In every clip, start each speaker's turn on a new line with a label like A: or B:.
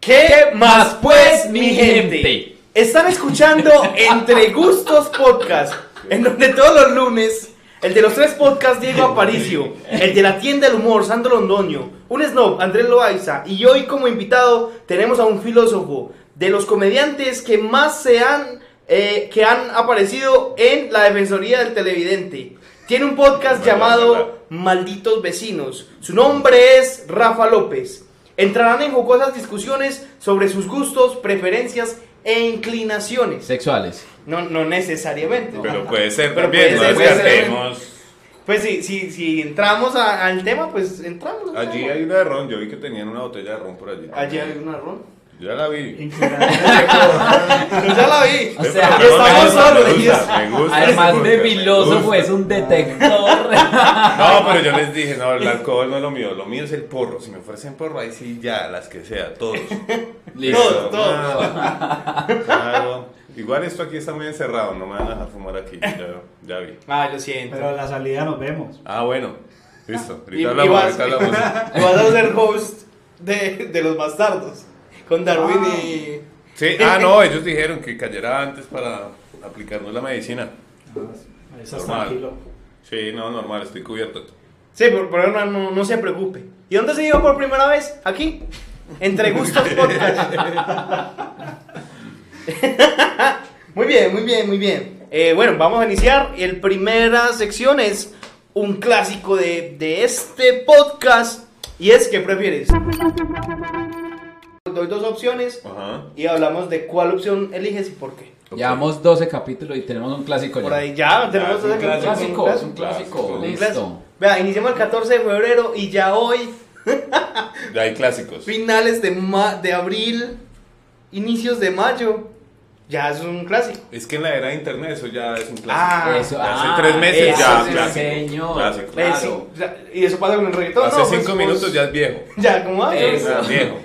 A: ¿Qué, más pues, mi gente? Están escuchando Entre Gustos Podcast, en donde todos los lunes, el de los tres podcasts Diego Aparicio, el de la tienda del humor Sandro Londoño, un snob Andrés Loaiza, y hoy como invitado tenemos a un filósofo de los comediantes que más se han, eh, que han aparecido en la Defensoría del Televidente. Tiene un podcast llamado Malditos Vecinos. Su nombre es Rafa López. Entrarán en jocosas discusiones sobre sus gustos, preferencias e inclinaciones.
B: Sexuales.
A: No, no necesariamente.
C: Pero pues- puede ser
A: Pero puede
C: también, no
A: ser, puede ser.
C: descartemos.
A: Pues sí, si entramos a- al tema, pues entramos. al
C: Allí
A: tema.
C: hay una de ron, yo vi que tenían una botella de ron por allí.
A: Allí hay una ron.
C: Yo ya la vi.
A: Yo ya la vi.
B: O sea,
C: Pero me
A: estamos
C: gusta,
A: solos,
C: Me
A: Dios.
C: gusta, me gusta.
B: Además
C: porque
B: de
C: me
B: filósofo,
C: gusta.
A: pues.
B: es un detector.
C: No, pero yo les dije, no, el alcohol no es lo mío, lo mío es el porro. Si me ofrecen porro, ahí sí ya, las que sea, todos.
A: Todos,
B: Listo.
A: todos.
C: Ah, claro. Igual esto aquí está muy encerrado, no me van a dejar fumar aquí, ya, ya vi.
A: Ay, Ah, lo siento.
D: Pero en la salida nos vemos.
C: Ah, bueno, listo,
A: Y- y
C: ahorita hablamos,
A: vas-
C: ahorita hablamos.
A: y vas a ser host de, de los bastardos. Con Darwin y.
C: Sí, ah, no, ellos dijeron que cayera antes para aplicarnos la medicina.
D: Ah, Estás
C: Normal.
D: tranquilo.
C: Sí, no, normal, estoy cubierto.
A: Sí, por por ahora no, no se preocupe. ¿Y dónde se dio por primera vez? Aquí. Entre gustos podcast. muy bien, muy bien, muy bien. Eh, bueno, vamos a iniciar. El primera sección es un clásico de, de este podcast. Y es ¿qué prefieres? Doy dos opciones
C: Ajá.
A: y hablamos de cuál opción eliges y por qué.
B: Llevamos 12 capítulos y tenemos un clásico
A: Por
B: ya.
A: ahí ya tenemos
C: es un
A: ese
B: Un clásico, es un
A: clásico.
B: clásico.
C: Un
A: Un
B: Listo.
A: clásico. Vea, iniciamos el 14 de febrero y ya hoy
C: Ya hay clásicos.
A: finales de, ma- de abril, inicios de mayo, ya es un clásico.
C: Es que en la era de internet eso ya es un clásico.
A: Ah,
B: Eso,
C: Ya hace
B: ah,
C: tres meses
B: eso
C: ya,
B: sí,
C: clásico,
B: señor. Pues
C: clásico.
A: Eh,
B: Claro.
A: sí, o sea, y eso pasa con el reggaetón.
C: Hace
A: ¿no? Pues,
C: cinco
A: pues,
C: minutos ya es viejo.
A: Ya, como ah,
B: Eso.
A: ya-
C: Ya es viejo.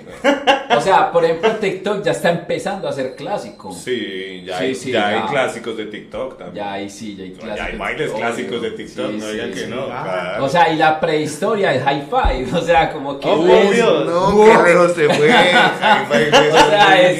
B: O sea, por ejemplo, TikTok ya está empezando a ser clásico.
C: Sí, ya,
B: Sí,
C: hay,
B: sí,
C: ya
B: ya.
C: hay clásicos de TikTok también.
B: Ya ahí sí, ya hay clásicos.
C: Ya hay bailes clásicos de
B: Obvio.
C: TikTok,
B: Sí,
C: no
B: sí,
C: digan que
B: sí. pues,
C: no.
A: Ah.
C: claro.
B: O sea, y la prehistoria es high five. O sea, como que.
A: Obvio,
B: es-
A: obvio.
C: No, qué lejos se fue.
B: O sea, eso
C: La
B: es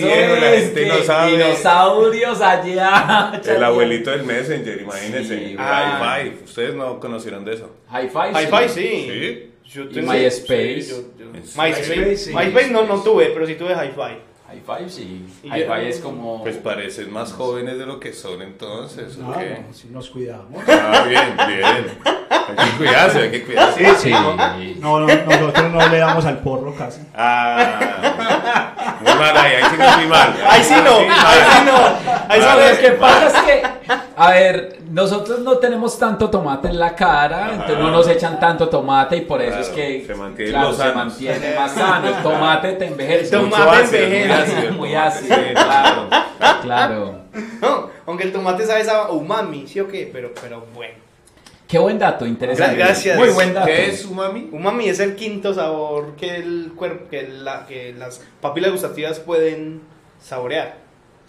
C: gente
B: que
C: no sabe.
B: dinosaurios allá.
C: El abuelito del Messenger, imagínense.
B: Sí,
A: ah.
C: High five. Ustedes no conocieron de eso.
B: High five. sí.
A: Hi-Fi sí.
C: Sí.
A: Yo
B: Y MySpace.
A: sí, yo- yo-
C: Es-
A: MySpace.
D: MySpace, sí.
A: MySpace no, no tuve, pero sí tuve Hi-Fi.
B: High five, sí.
A: Y
B: High
A: ya-
B: five es como.
C: Pues parecen más jóvenes de lo que son entonces. ¿o
D: No,
C: qué?
D: no, si Ah, nos cuidamos.
C: Ah, bien, bien. Hay que cuidarse, hay que cuidarse.
B: Sí.
D: No, no, nosotros no le damos al porro casi.
C: Ah, muy mal ahí, ahí sí no muy mal.
A: Ahí Ah, sí no, ahí sí no. Ahí
C: Ah,
A: sabes
B: Lo que
A: que
B: pasa es que, a ver, nosotros no tenemos tanto tomate en la cara,
C: Ajá.
B: entonces no nos echan tanto tomate y por eso
C: Claro,
B: es que
C: se mantienen
B: claro,
C: los
B: se
C: sanos.
B: mantiene más sano. El tomate te envejece.
A: El
C: Mucho
A: tomate
C: ácido,
A: envejece.
B: Muy
C: el
B: ácido,
C: tomate, sí,
B: claro. Claro.
A: no. Aunque el tomate sabe a umami, ¿sí o qué? Pero, pero bueno.
B: Qué buen dato, interesante.
A: Gra- gracias.
B: Muy buen dato.
C: ¿Qué es umami?
A: Umami es el quinto sabor que el cuerpo, que, la- que las papilas gustativas pueden saborear.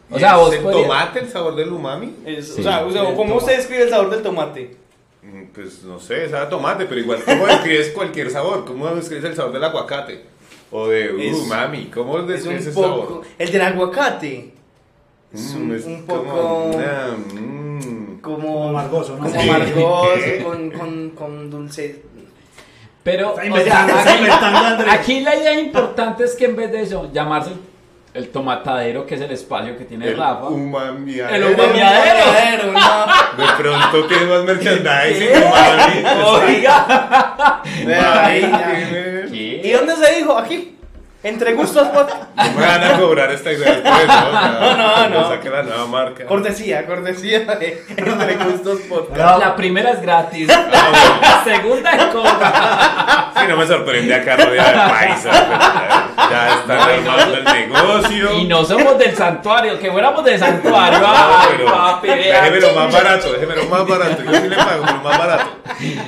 B: O sea, vos
C: ¿Es el
B: podrías-
C: tomate el sabor del umami?
A: Es-
B: Sí.
A: o sea, o sea,
D: El
A: ¿cómo
D: tomate.
A: usted describe el sabor del tomate?
C: Mm, Pues no sé, sabe a tomate, pero igual, ¿cómo describes cualquier sabor? ¿Cómo describes el sabor del aguacate? O de uh,
A: Es-
C: umami, ¿cómo
D: Pues
A: Es
C: describes
A: un
C: ese
A: poco.
C: sabor?
A: El del aguacate. Es
C: Mm,
A: un,
C: es
A: un
C: como
A: poco.
C: una- mm.
A: Como.
D: Como amargoso, ¿no?
A: Como
D: ¿Qué?
A: amargoso, con, con, con dulce.
B: Pero,
D: Está
B: o
D: inventando,
B: sea,
D: está
B: aquí,
D: inventando, Andrés.
B: aquí la idea importante es que en vez de eso, llamarse el tomatadero, que es el espacio que tiene
C: El
B: Rafa,
C: umami.
B: El umami. Comiadero.
A: Comiadero, no.
C: De pronto tiene más merchandising, umami.
B: Oiga.
A: Vea, ahí ya.
C: Tiene-
A: ¿Y dónde se dijo? Aquí. Entre gustos, pod-
C: No me van a cobrar esta idea después, ¿no? No,
A: no, no.
C: Saque la nueva marca.
A: cortesía, cortesía de Entre Gustos Podcast.
B: La primera es gratis. La segunda es cobra.
C: Sí, no me sorprende acá rodeada de paisa. Ya están armando el negocio.
B: Y no somos del santuario, que fuéramos del santuario.
C: No,
B: Ay,
C: Ah, pero
B: papi, vea.
C: déjemelo más barato, déjemelo más barato. Yo sí le pago, pero más barato.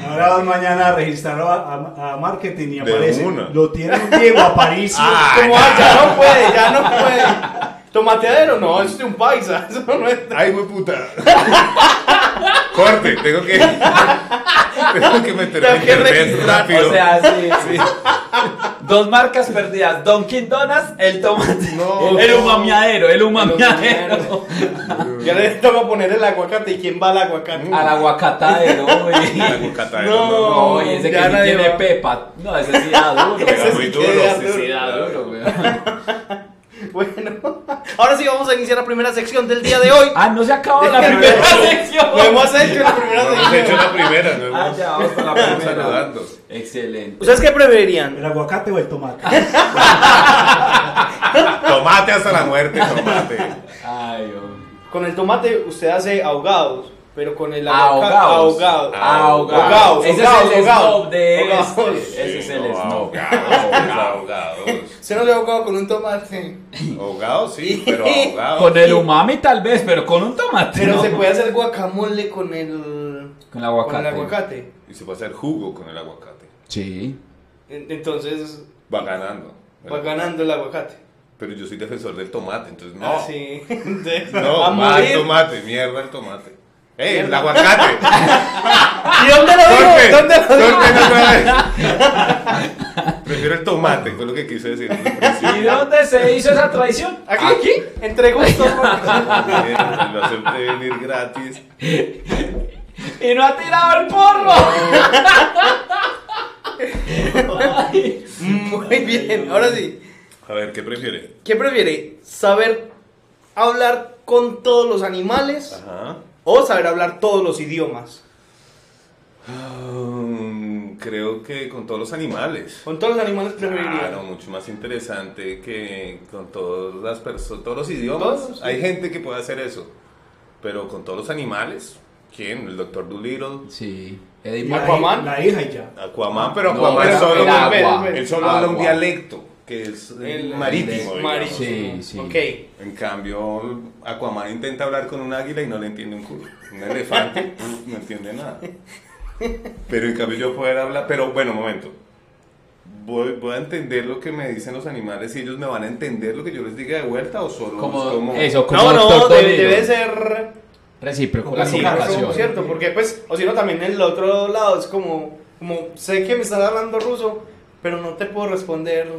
D: Ahora vas mañana a registrarlo a, a- a marketing y
C: De
D: aparece.
C: una.
D: Lo tiene un Diego Aparicio.
C: Ah,
A: Como, ah, ya no puede, ya no puede. Tomateadero, no, eso es de un paisa. Eso no es.
C: Ay, güey puta. Corte, tengo que. tengo que meterme
A: Tengo
C: en
A: que
C: internet
A: registrar,
C: rápido.
B: O sea, sí, sí. Dos marcas perdidas. Dunkin' Donuts, el tomate.
C: No.
B: el umamiadero, el umamiadero.
A: Y ahora le toca poner el aguacate. ¿Y quién va al aguacate?
B: Al
D: Mm.
B: aguacatadero,
C: La
B: güey.
C: bucata,
A: No.
C: no,
B: No, y ese que
A: Ya
B: sí
A: nadie
B: tiene
A: va.
B: pepa. No, ese sí da duro.
C: Pega
A: Ese
C: muy
A: sí
C: duro.
A: queda
C: sí,
A: duro.
C: sí, da duro.
B: güey.
A: Bueno, ahora sí vamos a iniciar la primera sección del día de hoy.
B: Ah, no se acabó la primera sección.
A: Lo hemos hecho en la primera
C: No hemos
A: sección.
C: hecho la primera, no
B: Ah,
C: hemos.
B: ya, vamos para la
C: Estamos
B: primera.
C: saludando.
B: Excelente.
A: ¿Ustedes qué preverían?
D: ¿El aguacate o el tomate?
C: Tomate hasta la muerte, tomate.
B: Ay, hombre.
A: Con el tomate usted hace ahogados, pero con el aguacate
B: Ah, Ahogados. Ah.
A: ahogados.
B: Ahogados.
A: Ahogados,
B: Ese
A: ahogados,
B: es el
A: ahogados.
B: snob de
A: Ahogados.
B: este. Ese es el
C: no,
B: snob.
C: Ahogados,
A: ¿Usted no le ha ahogado con un tomate?
C: ahogados. Ahogados, sí, pero ahogados.
B: Con el umami tal vez, pero con un tomate.
A: Pero
B: no.
A: se puede hacer guacamole con el...
B: Con el aguacate.
A: Con el aguacate.
C: Y se puede hacer jugo con el aguacate.
B: Sí.
A: En- Entonces
C: Va ganando.
A: va ganando el aguacate.
C: Pero yo soy defensor del tomate, entonces no.
A: Ah, sí. Entonces, va a
C: No, mal
A: morir.
C: tomate, mierda el tomate. ¡Ey, el aguacate!
A: ¿Y dónde lo
C: ¡Corte!
A: digo? ¿Dónde lo digo?
C: ¡Corte no otra vez! Prefiero el tomate, fue lo que quise decir. en un principio.
B: ¿Y dónde se hizo esa traición?
A: ¿Aquí? Entre gustos.
C: Mierda, Lo acepté venir gratis.
B: Y no ha tirado el porro.
A: Muy bien, ahora sí.
C: A ver, ¿qué prefiere?
A: ¿Qué prefiere? ¿Saber hablar con todos los animales
C: Ajá.
A: o saber hablar todos los idiomas?
C: Um, creo que con todos los animales.
A: Con todos los animales preferiría.
C: Claro, mucho más interesante que con todas las personas, todos los idiomas.
A: Todos, sí.
C: Hay gente que puede hacer eso, pero con todos los animales, ¿quién? El doctor Dolittle,
B: Sí. Eddie
D: La-
B: Murphy.
A: Aquaman.
D: La hija y ya.
C: Aquaman, pero
B: No,
C: Aquaman
A: Ah, pero-
C: solo,
A: pero
C: él
A: agua,
C: él solo habla un
B: agua.
C: dialecto que es eh, marítimo.
A: El
C: digamos.
A: marítimo.
B: Sí, sí.
A: Ok.
C: En cambio, Aquaman intenta hablar con un águila y no le entiende un culo. Un elefante pf, no entiende nada. Pero en cambio yo poder hablar, pero bueno, momento. Voy, voy a entender lo que me dicen los animales y ellos me van a entender lo que yo les diga de vuelta o solo
B: Como,
C: es como-
B: eso, como
A: No, no,
B: Doctor
A: de-
B: Dolittle.
A: debe ser
B: recíproco la
A: así,
B: comunicación.
A: ¿cierto? Porque pues, o si no, también el otro lado es como, como, sé que me estás hablando ruso, pero no te puedo responder.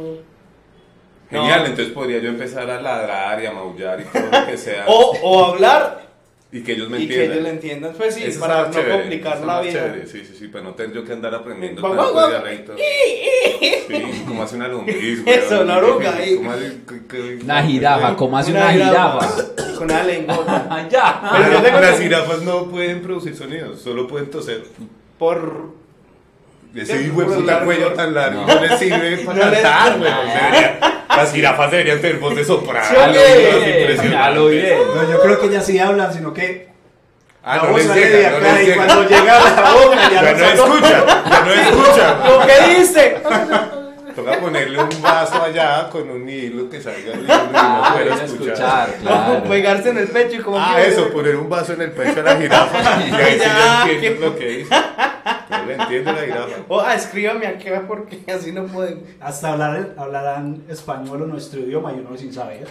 C: Genial,
A: No.
C: entonces podría yo empezar a ladrar y a maullar y todo lo que sea
A: O, o hablar
C: y que ellos me
A: y que
C: entiendan.
A: ellos lo entiendan. Pues sí,
C: Eso
A: para
C: está
A: no
C: chévere,
A: complicar
C: eso
A: la
C: está
A: vida.
C: chévere, Sí, sí, sí, para no tener yo que andar aprendiendo
A: Guau,
C: tantos
A: guau, guau.
C: dialectos. Sí, como hace una lombriz, güey.
A: Eso, una oruga ahí.
C: Como hace- que- que-
B: Una jirafa, como hace una jirafa.
A: Con una lengua.
B: Ah, ya.
A: Pero yo tengo-
C: las jirafas no pueden producir sonidos, solo pueden toser.
A: Por.
C: Ese
A: Sí,
C: hijo de puta
A: largo.
C: cuello tan largo no,
B: No.
C: le sirve
A: No
C: para
A: le-
C: cantar, güey. o sea, debería- las jirafas deberían tener voz de soprano.
A: Sí, oye.
C: algo así
B: Ya
C: impresionante.
B: lo oiré.
D: No, yo creo que ellas sí hablan, sino que
C: Ah,
D: la
C: no
D: voz
C: les
D: sale de
C: llega, no
D: acá
C: les
D: y
C: llega.
D: cuando llega a la boca ya,
C: Ya
D: no
C: no
D: sacó.
C: escucha, ya no escucha.
A: ¿Lo que dice?
C: Toca ponerle un vaso allá con un hilo que salga del hilo y no
B: Ah,
C: pueda
B: pueden
C: escuchar.
B: escuchar, claro.
A: Pegarse en el pecho y como.
C: Ah,
A: que-
C: eso, poner un vaso en el pecho a la jirafa. Y ahí sí ya entiendes lo que dice. No le entiende la jirafa.
A: O, ah, escríbame aquí porque así no pueden.
D: Hasta hablar, hablarán español o nuestro idioma y uno sin saber.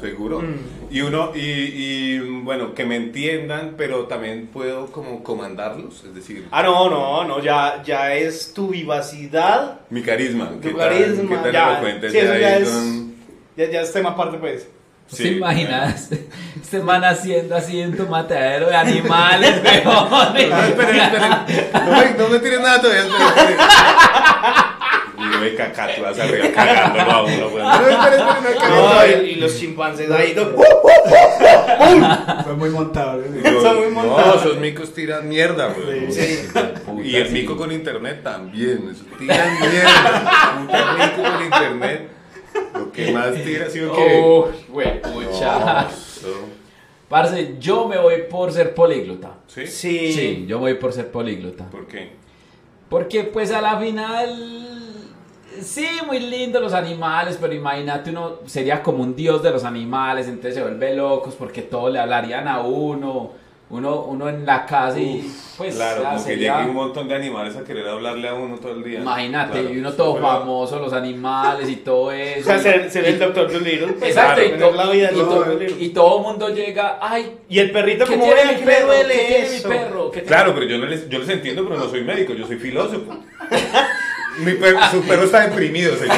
C: Seguro.
A: Mm.
C: Y uno, y, y, bueno, que me entiendan, pero también puedo como comandarlos, es decir,
A: Ah, no, no, no, ya, ya es tu vivacidad.
C: mi carisma.
A: Tu
C: ¿qué tal-
A: carisma,
C: qué tal
A: ya.
C: elocuente
A: Sí, eso
C: sea
A: ya
C: ahí
A: es-
C: con-
A: Ya, ya es tema aparte, pues.
B: ¿Tú
C: Sí,
B: te imaginas? Este man haciendo así en tu matadero de animales,
C: Ah,
B: peones.
C: esperen, esperen. No me, no me tiren nada todavía. esperen, esperen. Y yo de cacatuas arriba cagándolo a uno, güey. No, esperen, esperen, no hay
A: No,
C: cacatuas.
A: y, y los chimpancés ahí. no.
D: Fue muy montable.
C: Y yo,
A: son muy
C: No,
A: montados.
C: esos micos tiran mierda, güey.
A: Sí.
C: Y el mico con internet también, eso tiran mierda. Puta mico con internet. Lo que más tira, ¿sí o qué?
B: Uy, güey, pucha.
C: No, eso-
B: Parce, yo me voy por ser políglota.
C: ¿Sí?
A: Sí.
B: Sí, yo me voy por ser políglota.
C: ¿Por qué?
B: Porque pues a la final, sí, muy lindo los animales, pero imagínate uno sería como un dios de los animales, entonces se vuelve locos porque todos le hablarían a uno. uno, uno en la casa y
C: Uf,
B: pues
C: claro,
B: ya
C: como que
B: sería-
C: llegue un montón de animales a querer hablarle a uno todo el día.
B: Imagínate,
C: Claro,
B: y uno
C: sí,
B: todo
C: pero-
B: famoso, los animales y todo eso.
A: O sea,
B: y-
A: ser, ser el doctor Dolittle. pues, claro,
B: Exacto, y,
A: tener
B: to-
A: la vida
B: y
A: del
D: no,
A: Dr.
B: to-
A: Dolittle.
B: y todo el mundo llega, ay,
A: Y el perrito,
B: ¿qué
A: como
B: tiene
A: vea
B: mi
A: que me
B: perro? ¿Qué
A: duele
B: tiene mi
A: eso.
B: perro? ¿Qué tiene-
C: Claro, pero yo, no les, yo les entiendo, pero no soy médico, yo soy filósofo. Mi perro, su perro está deprimido, señor.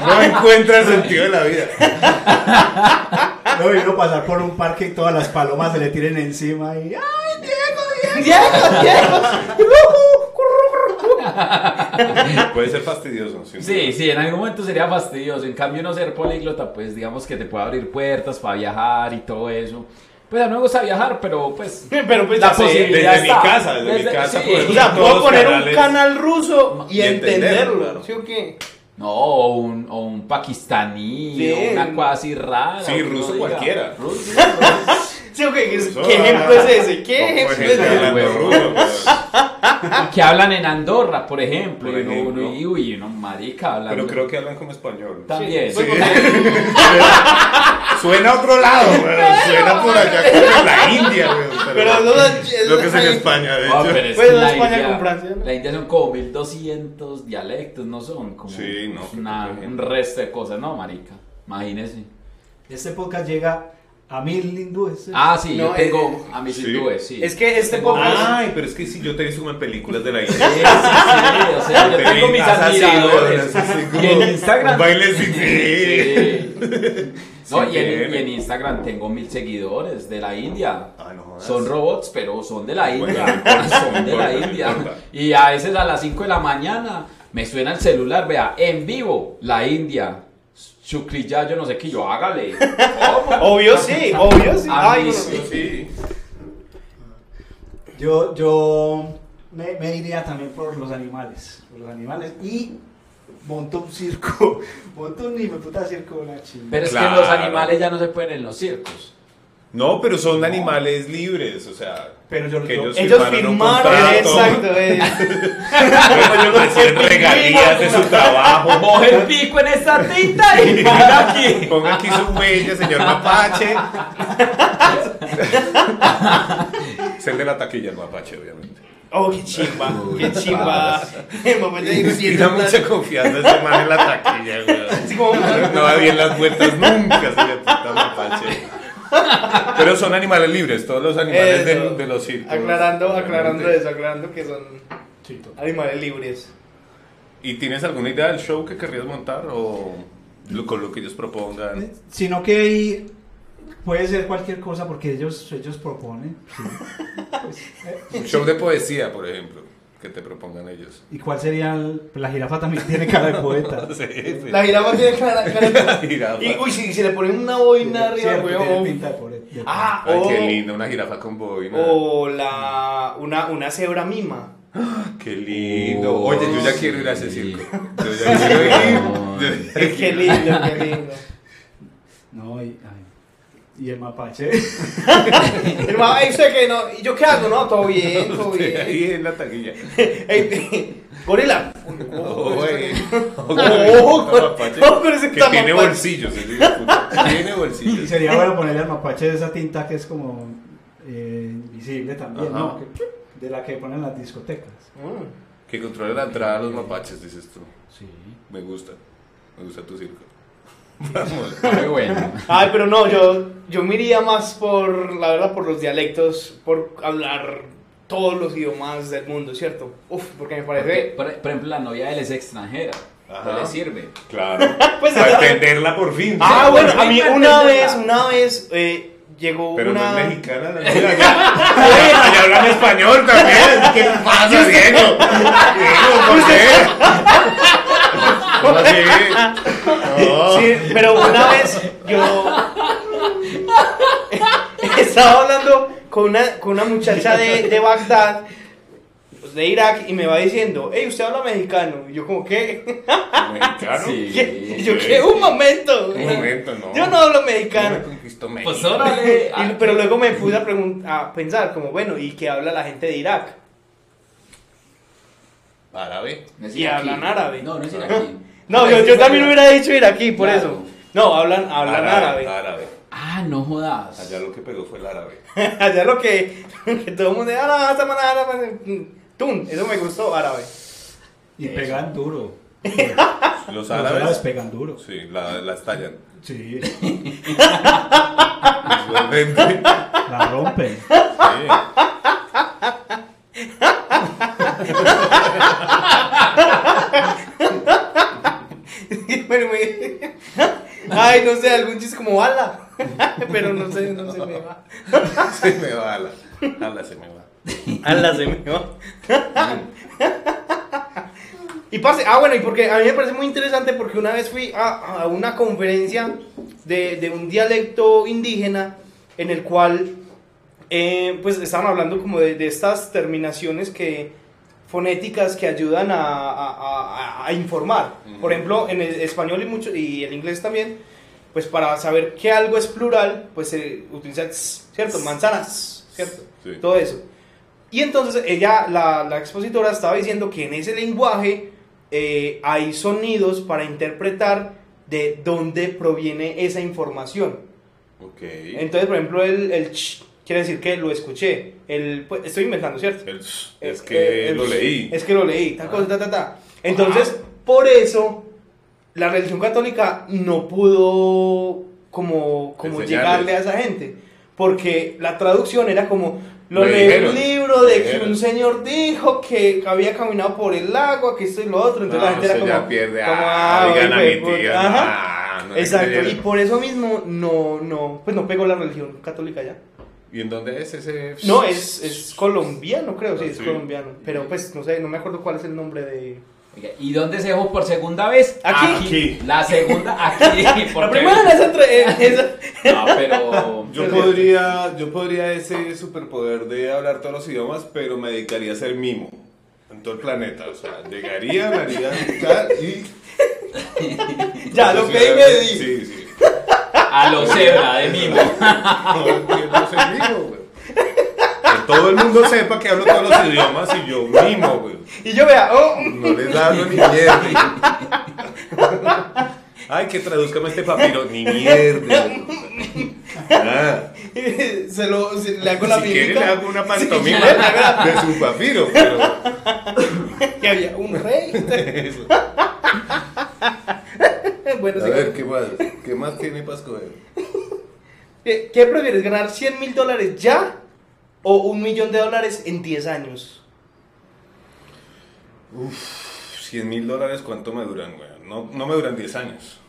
C: No encuentra el sentido de la vida.
D: Lo vino pasar por un parque y todas las palomas se le tiren encima y ¡ay, Diego, Diego!
A: Diego, Diego.
C: Puede ser fastidioso. sin
B: Sí,
C: duda.
B: sí, en algún momento sería fastidioso. En cambio, no ser políglota, pues digamos que te puede abrir puertas para viajar y todo eso. Pues a mí me gusta viajar, pero pues.
A: Pero pues
B: La
A: ya sé.
B: posibilidad.
C: Desde
B: Ya
C: mi
B: está.
C: casa, desde, mi
B: Desde-
C: casa.
B: sí.
C: puedo
A: O sea,
C: ver todos
A: puedo
C: los
A: poner un
C: canales.
A: canal ruso y
C: Y entenderlo.
A: entenderlo. ¿Sí o qué?
B: No, o un, o un pakistaní,
A: Sí.
B: o una cosa así rara.
C: Sí,
B: que uno
C: ruso
B: diga,
C: cualquiera.
B: "Ruso, ruso".
A: ¿Sí o qué?
C: Eso,
A: ¿Qué ejemplo es
C: ah,
A: ese?
C: Poco
A: ¿Qué ejemplo
C: gente
A: es
C: pues.
A: ese?
C: hablando
B: huevón.
C: ruso, pero-
B: Y que hablan en Andorra, por ejemplo.
C: Ah. Por
B: y uno-
C: ejemplo.
B: uno- y uy, uno marica hablando.
C: Pero creo que hablan como español.
B: También. Pues,
A: Sí,
C: Sí. Suena a otro lado, weón. Suena por allá como la India, weón.
A: Pero no, es-
C: lo que es en
A: ahí-
C: España,
B: Ah,
C: de hecho.
B: pero es
A: Pues
B: que
A: la
B: la
A: España
B: India,
A: con Francia, ¿no?
B: la India son como 1200 dialectos, no son como
C: Sí, no,
B: es
C: qué
B: una-
C: poca
B: un
C: gente.
B: resto de cosas, no, marica. Imagínese.
D: Este podcast llega a mil hindúes.
B: Ah, sí,
A: No,
B: yo tengo
A: eh,
B: a mis
C: sí.
B: hindúes, sí.
A: Es que este
B: Tengo-
A: podcast-
C: Ay, pero es que si yo te he visto como en películas de la
B: Sí,
C: India.
B: sí, sí, o sea, yo tengo mis admiradores. Y en Instagram.
C: Baile sin sí.
B: Sí. No, y, en,
C: tiene.
B: y en Instagram tengo mil seguidores de la India.
C: Ah, no jodas.
B: son robots, pero son de la
C: Bueno,
B: India.
C: no importa,
B: son de
C: no
B: la
C: importa,
B: India.
C: no importa.
B: Y a veces a las 5 de la mañana me suena el celular, vea, en vivo, la India. Chucriya, yo no sé qué, yo hágale. ¿Cómo?
C: ah,
A: Obvio sí, obvio sí.
B: A
A: Ay,
B: mí
A: no,
B: sí.
C: Sí.
D: Yo, yo me, me iría también por los animales. Por los animales. Y monto un circo. Monto un hijo de puta circo una chimba.
B: Pero es que
C: Claro.
B: los animales ya no se pueden en los circos.
C: No, pero son animales libres, o sea.
D: Pero yo-
C: que
D: yo-
C: ellos,
A: Ellos
C: firmaron, un
A: firmaron,
C: contrato.
A: exacto. eh.
C: Bueno, ellos reciben regalías de su trabajo.
B: Coge el pico en esta tinta y ponga aquí.
C: Ponga aquí su huella, señor mapache. es el de la taquilla, el mapache, obviamente.
A: Oh, qué chimba, qué chimba. En momento de ir
C: Inspira
A: siendo-
C: mucha confianza ese man en la taquilla,
A: Así
C: güey.
A: como-
C: No va bien las vueltas nunca, señor puta mapache. Pero son animales libres, todos los animales de,
A: Eso.
C: de los circos.
A: eh, Aclarando, aclarando
C: obviamente.
A: eso, aclarando que son
D: Sí, total.
A: animales libres.
C: ¿Y tienes alguna idea del show que querrías montar o lo- con lo que ellos propongan?
D: Sino que ahí puede ser cualquier cosa porque ellos, ellos proponen.
C: Un show de poesía, por ejemplo, que te propongan ellos.
D: ¿Y cuál sería? el- pues, La jirafa también tiene cara de poeta.
C: Sí, sí.
A: La jirafa tiene cara, cara
C: Jirafa.
A: Y uy, si se le ponen una boina arriba,
D: Siempre tiene
A: weón.
D: pinta de poeta. de
A: Ah,
C: Ay,
A: o,
C: qué linda, una jirafa con boina.
A: o la una, una cebra mima.
C: Qué lindo.
B: Oh,
C: Oye, yo ya
B: sí.
C: quiero ir a ese circo. Yo ya quiero ir. Yo ya
A: Qué lindo, qué lindo.
D: No, y, ay, y el mapache.
A: Hermano, ay, usted que no, ¿y yo qué hago? No, todo bien, todo bien.
C: Ahí en la taquilla.
A: Ey, gorila.
C: Oye.
A: Oh, no, pero ese
C: que
A: está
C: tiene
A: mapache.
C: bolsillos. ese hijo de puta. Tiene
D: Y
C: bolsillos.
D: sería bueno ponerle al mapache esa tinta que es como eh, invisible también,
C: Ajá.
D: ¿no? Que- de la que ponen en las discotecas.
A: Mm.
C: Que controle la entrada a los mapaches, dices tú.
B: Sí.
C: Me gusta. Me gusta tu circo. Vamos.
B: Muy bueno.
A: Ay, pero no, yo, yo me iría más por, la verdad, por los dialectos, por hablar todos los idiomas del mundo, ¿cierto? Uf, porque me
B: Porque,
A: parece...
B: por, por ejemplo, la novia de él es extranjera.
C: Ajá.
B: No le sirve.
C: Claro.
A: Pues,
C: Para entenderla por fin.
A: Ah,
B: Sí,
A: bueno,
B: por
A: a
B: fin
A: mí
B: me
A: una
B: entenderá.
A: vez, una vez eh, llegó
C: Pero
A: una...
C: no es mexicana la niña. Ya, ya hablan español también. ¿Qué pasa, Diego? Diego, ¿por qué? ¿Cómo así? No.
A: Sí, pero una vez yo estaba hablando con una, con una muchacha de, de Bagdad, pues, de Irak, y me va diciendo, hey, usted habla mexicano. Y yo como, ¿qué?
C: Mexicano.
B: Sí.
A: ¿Qué? Y yo, ¿qué? Un momento.
C: Un momento, no.
A: Yo no hablo
C: Yo me
A: mexicano.
C: conquistó México.
B: Pues órale.
A: Y- pero luego me puse a, pregun- a pensar, como, bueno, ¿y qué habla la gente de Irak?
C: Árabe.
B: No es
A: Y
B: iraquí.
A: hablan árabe.
B: No, no es iraquí.
A: No, yo, yo también hubiera dicho Irak aquí, por
B: Claro.
A: eso. No, hablan, hablan árabe.
C: Árabe.
E: Ah, no jodas.
C: Allá lo que pegó fue el árabe.
A: Allá lo que, que todo el mundo dice, "Ara, esa maná, ara, maná". Mm, Tun, eso me gustó, árabe.
D: Y pegan duro.
C: Los
D: Los árabes
C: árabes.
D: pegan duro.
C: Sí, la, las tallan.
D: Sí,
C: Usualmente.
D: la rompen.
C: Sí.
A: Bueno, me- Ay, no sé, algún chiste como bala. Pero no sé, no se me va.
C: Se me va, ala. Ala, se me va.
A: Ala, se me va. Y pase, ah bueno, y porque a mí me parece muy interesante porque una vez fui a, a una conferencia de, de un dialecto indígena en el cual eh, pues estaban hablando como de, de estas terminaciones que fonéticas que ayudan a, a- a- a informar. Por ejemplo, en el español y, mucho, y el inglés también, pues para saber que algo es plural, pues se utiliza, tss, ¿cierto? Manzanas, ¿cierto?
C: Sí.
A: Todo eso. Y entonces ella, la, la expositora, estaba diciendo que en ese lenguaje eh, hay sonidos para interpretar de dónde proviene esa información.
C: Ok.
A: Entonces, por ejemplo, el, el ch quiere decir que lo escuché. El, pues, estoy inventando, ¿cierto?
C: El- es
A: Eh,
C: que
A: eh,
C: lo
A: el-
C: leí.
A: Es que lo leí, tal cosa, ta, ta, ta. Entonces, por eso, la religión católica no pudo como, como
C: Enseñarles.
A: llegarle a esa gente. Porque la traducción era como, lo
C: Lo
A: leí en
C: dijeron.
A: un libro de que
C: Dijeron.
A: un señor dijo que había caminado por el agua, que esto y lo otro. Entonces la
C: No,
A: gente era
C: eso
A: como,
C: ya pierde.
A: como,
C: Ah,
A: "Ah,
C: oigan a
A: güey,
C: mi
A: pues,
C: tía.
A: ajá".
C: Ah, no le
A: Exacto, y
C: creyeron.
A: por eso mismo no, no, pues no pegó la religión católica ya.
C: ¿Y en dónde es ese?
A: No, es, es colombiano, creo, sí,
C: Ah,
A: es
C: sí.
A: colombiano. Pero pues no sé, no me acuerdo cuál es el nombre de.
E: Oiga, ¿Y dónde se dejó por segunda vez?
A: Aquí.
E: La segunda, aquí.
A: La
E: porque-
A: primera es entre. es-
E: No, pero.
C: Yo podría, yo podría ese superpoder de hablar todos los idiomas, pero me dedicaría a ser mimo en todo el planeta. O sea, llegaría, me haría tal y.
A: ya, lo que ahí me di.
C: Sí, sí.
E: A los cebra de mimo.
C: No, yo no soy mimo, güey. Que todo el mundo sepa que hablo todos los idiomas y yo mimo, güey.
A: Y yo vea, oh,
C: No les hablo ni mierda. Ay, que traduzcame este papiro. Ni mierda. güey. Ah.
A: se lo, se- le hago la
C: si quiere le
A: mimica.
C: hago una pantomima de su papiro, pero
A: Que había un rey.
C: eso.
A: Eh, bueno,
C: A
A: sí.
C: ver, ¿qué más? ¿Qué más tiene para escoger?
A: ¿Qué, qué prefieres, ganar 100 mil dólares ya o un millón de dólares en 10 años?
C: 100 mil dólares, ¿cuánto me duran, güey? No, no me duran 10 años.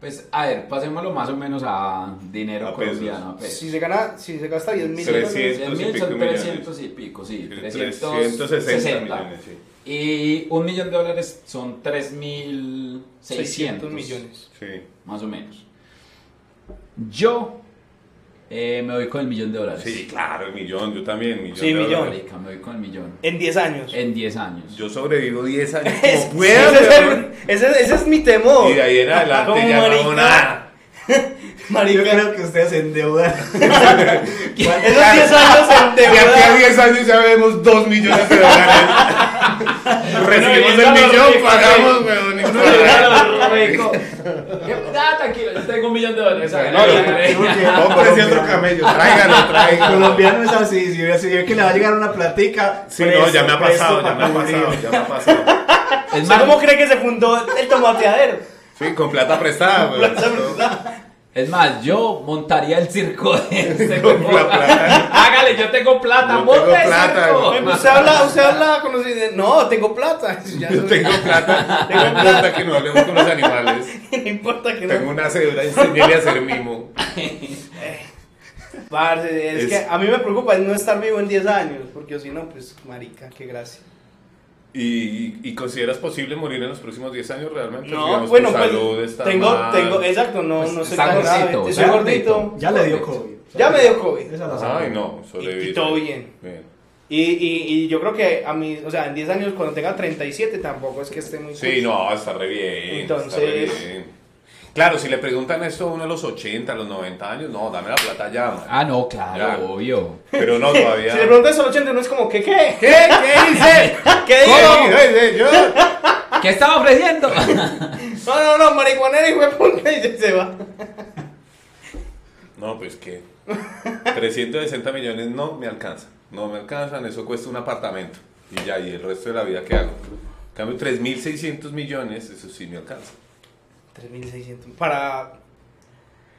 E: Pues, a ver, pasémoslo más o menos a dinero
C: A pesos.
E: colombiano. A pesos.
A: Si se gana, si se gasta 10 mil
C: Trescientos.
A: dólares.
E: 100
C: y pico
E: mil son
C: millones.
E: 300 y pico, sí.
C: 360 millones, sí.
E: Y un millón de dólares son 3.600
A: 600 millones.
C: Sí.
E: Más o menos. Yo eh, me voy con el millón de dólares.
C: Sí, claro, el millón, yo también, millón.
A: Sí,
C: de
A: millón.
C: dólares.
E: Marica, me voy con el millón.
A: En 10 años.
E: En 10 años.
C: Yo sobrevivo 10 años
A: Es-
C: como pueda,
A: ese, es el-
C: weón.
A: ese- ese es mi temor.
C: Y de ahí en
A: Como
C: adelante ya no hago
A: marica.
C: nada.
D: Yo
A: Marica,
D: creo que ustedes se endeudan.
A: esos 10 años en
C: De aquí a
A: deuda.
C: 10 años ya vemos 2 millones de dólares. Recibimos el millón, pagamos, weón. y
E: rico. Ah, tranquilo, yo tengo un millón de dólares.
C: No,
E: hágale,
C: no,
E: hágale.
C: Cómprese otro camello, tráigalo,
D: El
C: tráigalo.
D: colombiano es así, si ve si ve que le va a llegar una platica.
C: Sí, no, ya me ha
D: presto,
C: pasado, ya
D: presto
C: me ha
D: para
C: pasado,
D: cubrir.
C: ya me ha pasado.
E: Es
A: ¿Usted
E: más,
A: cómo cree que se fundó el tomateadero?
C: Sí, con plata prestada, pues, güey.
E: es más, yo montaría el circo de este
C: Con
E: huevón.
C: la plata.
E: Hágale, yo tengo plata,
C: Yo
E: monta
C: tengo
E: el
C: plata,
E: circo.
C: güey.
A: Pues, Usted habla, usted habla con los dice, no, tengo plata. Eso ya
C: Yo
A: no-
C: tengo plata, tengo plata que no hablemos con los animales.
A: No importa que
C: Tengo
A: no.
C: una cédula, enseñéle a hacer mimo.
A: Parce, es,
C: Es-
A: que a mí me preocupa es no estar vivo en 10 años, porque yo si no, pues, marica, qué gracia.
C: ¿Y, y consideras posible morir en los próximos 10 años realmente?
A: No,
C: Digamos, tu
A: bueno, pues,
C: salud está
A: tengo,
C: mal.
A: tengo, exacto, no,
E: Pues,
A: no soy
E: está
A: tan grave.
E: gordito,
A: Soy
E: está
A: gordito,
E: gordito.
D: Ya le dio COVID.
A: ya me dio COVID.
D: Esa la sabe.
C: Ay, no, sobreviví.
A: Y- y todo bien.
C: Bien.
A: Y, y, y yo creo que a mí, o sea, en 10 años, cuando tenga 37, tampoco es que esté muy...
C: Sí, no, ah, está re bien. Entonces...
A: Entonces-
C: Claro, si le preguntan esto a uno a los 80, a los 90 años, no, dame la plata ya, man.
E: Ah, no, claro,
C: Ya.
E: obvio.
C: Pero no,
A: Si
C: todavía.
A: le preguntas a los 80, uno es como, ¿qué qué?
C: ¿Qué? ¿Qué dice?
A: ¿Qué
C: ¿Cómo?
A: digo?
C: ¿Qué dice? Yo-
E: ¿Qué estaba ofreciendo?
A: No, no, no, marihuanero, hijo de puta, y se va.
C: No, pues que 360 millones no me alcanzan. No me alcanzan, eso cuesta un apartamento. Y ya, y el resto de la vida, ¿qué hago? En cambio, 3.600 millones, eso sí me alcanza.
A: 3.600. Para.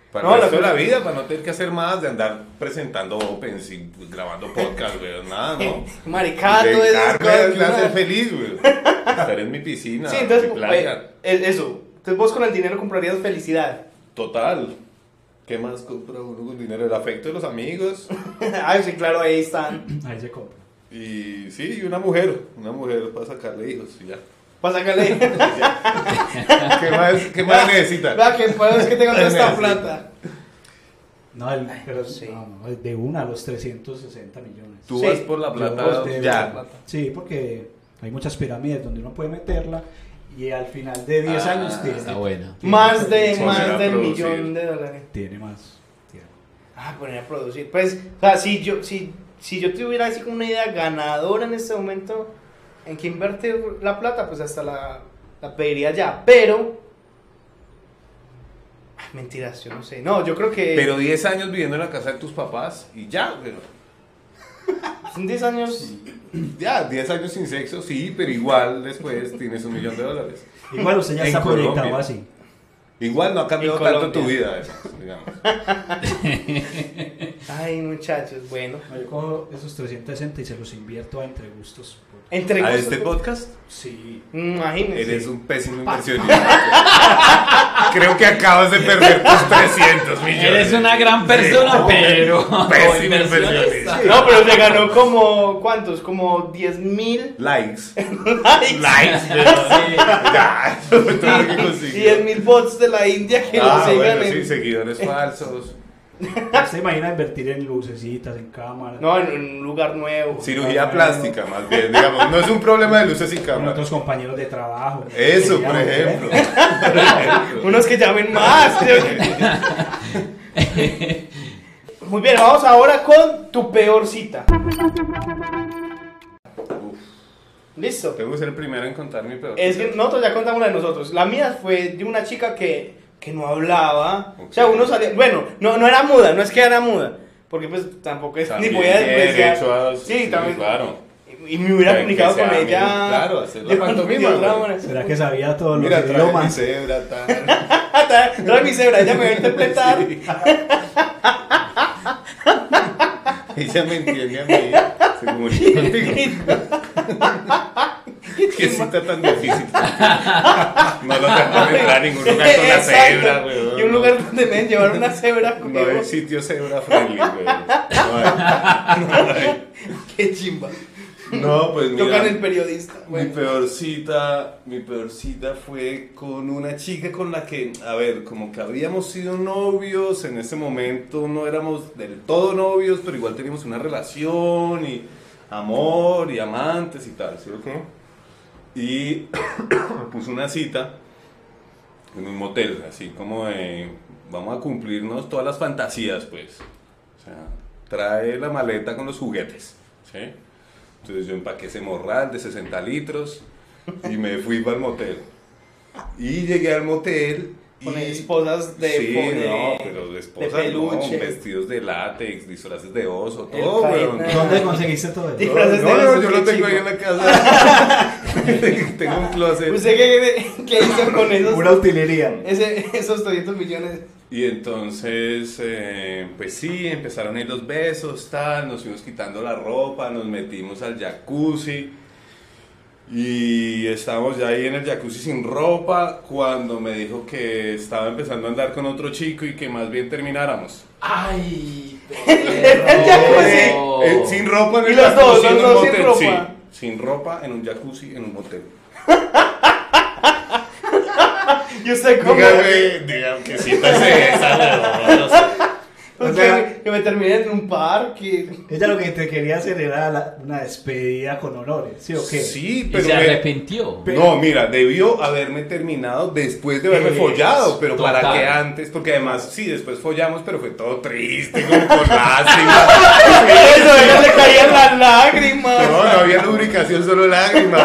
C: Para
A: No,
C: el
A: la
C: resto de la
A: cosa-
C: vida, para no tener que hacer más de andar presentando opens y grabando podcast, güey, nada, ¿no?
A: Maricado
C: De
A: es.
C: darme
A: cosas que
C: de
A: uno-
C: hacer feliz, güey. Estar en mi piscina,
A: Sí, entonces.
C: en mi playa.
A: eh, el- eso. Entonces vos con el dinero comprarías felicidad.
C: Total. ¿Qué más compra uno con dinero? El afecto de los amigos.
A: Ay, sí, claro, ahí están.
D: Ahí se compra.
C: Y sí, y una mujer. Una mujer para sacarle hijos y ya.
A: Para sacarle.
C: ¿Qué más, qué más necesita?
A: Vea que puedo, es que tengo toda esta
C: Sí.
A: plata.
D: No, el- pero
A: Ah, sí.
D: no, no, de una a los 360 millones.
C: Tú
A: Sí.
C: vas por la plata
D: Yo de una
C: ya.
D: plata. Sí, porque hay muchas pirámides donde uno puede meterla y al final de 10
E: Ah,
D: años tiene.
E: Está buena.
D: tiene
A: Más de
C: Sí.
A: más
C: Poner a
A: del
C: producir.
A: millón de dólares.
D: Tiene más. tiene más.
A: Ah, poner a producir. Pues, o sea, si yo, si, si yo tuviera así como una idea ganadora en este momento, en que invertir la plata, pues hasta la, la pediría ya. Pero. Ay, mentiras, yo no sé. No, yo creo que.
C: Pero 10 años viviendo en la casa de tus papás y ya, güey.
A: En 10 años.
C: Ya, 10 años sin sexo, sí, pero igual después tienes un millón de dólares.
D: Igual usted ya
C: En
D: está
C: Colombia.
D: proyectado así.
C: Igual no ha cambiado
A: En
C: tanto tu
A: Colombia.
C: vida, eso, digamos.
A: Ay, muchachos, bueno.
D: No, Yo cojo esos 360 y se los invierto a entre gustos. por-
A: Entre
C: A
A: gustos,
C: este
A: pues,
C: podcast,
D: Sí.
A: Imagínense.
C: eres un pésimo inversionista. Creo que acabas de perder tus 300 millones.
E: Eres una gran persona, pero.
C: Pésimo
E: inversionista.
C: inversionista.
A: No, pero se ganó como. ¿Cuántos? Como 10 mil
C: Likes.
A: likes.
C: Likes. Ya, eso fue todo lo que conseguí.
A: 10 mil bots de la India que
C: Ah,
A: lo sigan
C: bueno,
A: en-
C: sí, seguidores falsos.
D: ¿Usted se imagina invertir en lucecitas, en cámaras?
A: No, en un lugar nuevo.
C: Cirugía plástica, más bien, digamos. No es un problema de luces y
D: Con
C: cámaras.
D: otros compañeros de trabajo.
C: Eso,
D: Ya,
C: por
D: ¿eh?
C: ejemplo.
A: Unos que llamen más. ¿sí? Muy bien, vamos ahora con tu peor cita. Listo.
C: Tengo que ser el primero en contar mi peor.
A: Es que nosotros ya contamos la de nosotros. La mía fue de una chica que, que no hablaba. O sea, uno salía. Bueno, no, no era muda, no es que era muda. Porque pues tampoco es.
C: También
A: ni podía
C: tiene
A: despreciar.
C: derecho a-
A: Sí, también.
C: Claro.
A: Y me hubiera
C: Que- que
A: comunicado
C: sea
A: con
C: amigo,
A: ella.
C: claro, hacer la
A: de- de
C: pantomima,
A: otra
C: güey.
A: manera.
D: ¿Será que sabía todos los
C: Mira, trae mi
D: idiomas?
C: cebra, tal.
A: Ah, trae, trae mi cebra, ella me va a interpretar.
C: Ella me entiende a mí. Se comunica contigo. Qué cita tan difícil. No lo dejan entrar a ningún lugar con la
A: Exacto.
C: cebra, weón.
A: Y un lugar donde me llevaron una cebra.
C: No
A: weón.
C: hay sitio cebra friendly, weón. No hay. No hay.
A: Qué chimba.
C: No, pues mira.
A: Tocan el periodista.
C: Mi
A: Bueno.
C: peor cita, mi peor cita fue con una chica con la que, a ver, como que habíamos sido novios, en ese momento no éramos del todo novios, pero igual teníamos una relación y amor y amantes y tal, ¿sí o qué? Y me puso una cita en un motel, así como de, vamos a cumplirnos todas las fantasías, pues. O sea, trae la maleta con los juguetes, ¿sí? Entonces yo empaqué ese morral de 60 litros y me fui para el motel. Y llegué al motel. y-
A: Con esposas de
C: Sí,
A: po- de-
C: no, pero de esposas
A: de peluche.
C: no, Pues, vestidos de látex, disfraces de oso,
A: El
C: todo, weón.
A: caetna.
D: ¿Dónde conseguiste todo eso?
A: Dijo- disfraces
C: No,
A: de
C: no,
A: oso,
C: yo
A: qué
C: lo tengo ahí
A: chido.
C: en la casa. tengo un closet.
A: ¿Usted Pues, qué, qué hizo con esos,
D: Una utilería.
A: ese- esos 300 millones?
C: Y entonces, eh, pues sí, empezaron ahí los besos, tal, nos fuimos quitando la ropa, nos metimos al jacuzzi y estábamos ya ahí en el jacuzzi sin ropa cuando me dijo que estaba empezando a andar con otro chico y que más bien termináramos.
E: Ay,
A: El jacuzzi.
E: Oh.
C: Eh, sin ropa en
A: Y
C: el
A: los dos, los
C: jacuzzi, en un
A: dos sin
C: motel,
A: ropa.
C: sí, sin ropa en un jacuzzi, en un motel.
A: ¿Y usted cómo?
C: Dígame, dígame que sí,
E: pues, eh,
C: es esa, no, no sé.
A: Pues
D: O
A: que,
D: sea-
A: me- que me terminé en un parque.
D: Ella lo que te quería hacer era la- una despedida con honores, ¿sí o qué?
C: Sí,
E: Y
C: pero
E: se
C: me-
E: arrepintió.
C: No, mira, debió haberme terminado después de haberme
D: Es
C: follado, pero para
E: total.
C: que antes, porque además sí, después follamos, pero fue todo triste, como con lástima.
A: Eso, a ella le caían las lágrimas.
C: No, no había lubricación, solo lágrimas.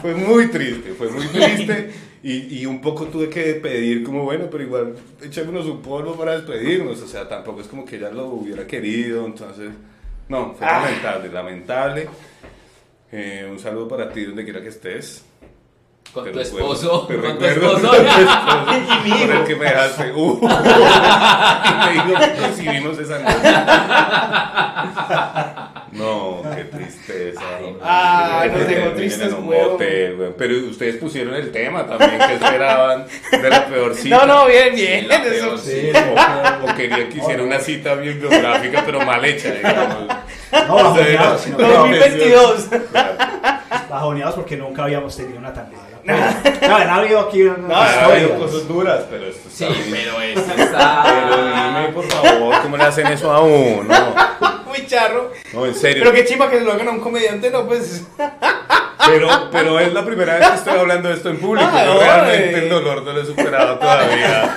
C: Fue muy triste, fue muy triste. Y, y un poco tuve que pedir, como bueno, pero igual echémonos un polvo para despedirnos. O sea, tampoco es como que ella lo hubiera querido. Entonces, no, fue lamentable, lamentable. Eh, un saludo para ti, donde quiera que estés.
E: Con
C: Te
E: tu
C: recuerdo-
E: esposo.
C: te
E: Con tu
C: recuerdo-
E: esposo.
C: te recuerdo Con el que me dejaste. Uh, y me dijo que coincidimos esa noche. No, qué tristeza.
E: Ay,
A: Ah,
C: Que
A: nos
C: te
A: dejó
C: terminen
A: tristes,
C: en un
A: huevón.
C: motel, huevón. Pero ustedes pusieron el tema también, que esperaban de la peor
A: No,
C: cita.
A: no, bien, bien.
E: la peor
A: eso-
E: cita.
C: O, o querían que hiciera una cita bibliográfica, pero mal hecha, digamos.
D: No, bajoneados, sino que-
A: 2022.
C: Claro.
D: bajoneados porque nunca habíamos tenido una tan mala. No, han habido aquí una-
C: Ah, ha habido
D: historias.
C: cosas duras, pero esto
E: Sí,
C: está bien.
E: pero eso está.
C: Pero dime, por favor, ¿cómo le hacen eso a uno?
A: Muy charro.
C: No, en serio.
A: Pero qué chimba que se lo hagan a un comediante, no, pues.
C: Pero, pero es la primera vez que estoy hablando de esto en público.
A: Ay,
C: Yo realmente
A: ay.
C: el dolor no lo he superado todavía.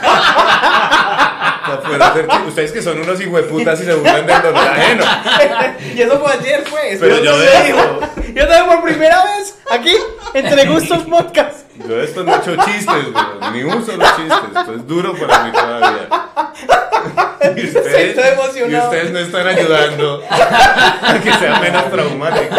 C: No puedo ser que- ustedes que son unos hijueputas y se burlan del dolor ajeno.
A: y eso fue ayer, pues.
C: Pero yo
A: te
C: de
A: digo, Yo también por primera vez aquí, entre gustos podcast.
C: Yo de esto no he hecho chistes, güey. Ni un solo chiste. Esto es duro para mí todavía. Y ustedes,
A: Estoy emocionado.
C: y ustedes no están ayudando a que sea menos traumático.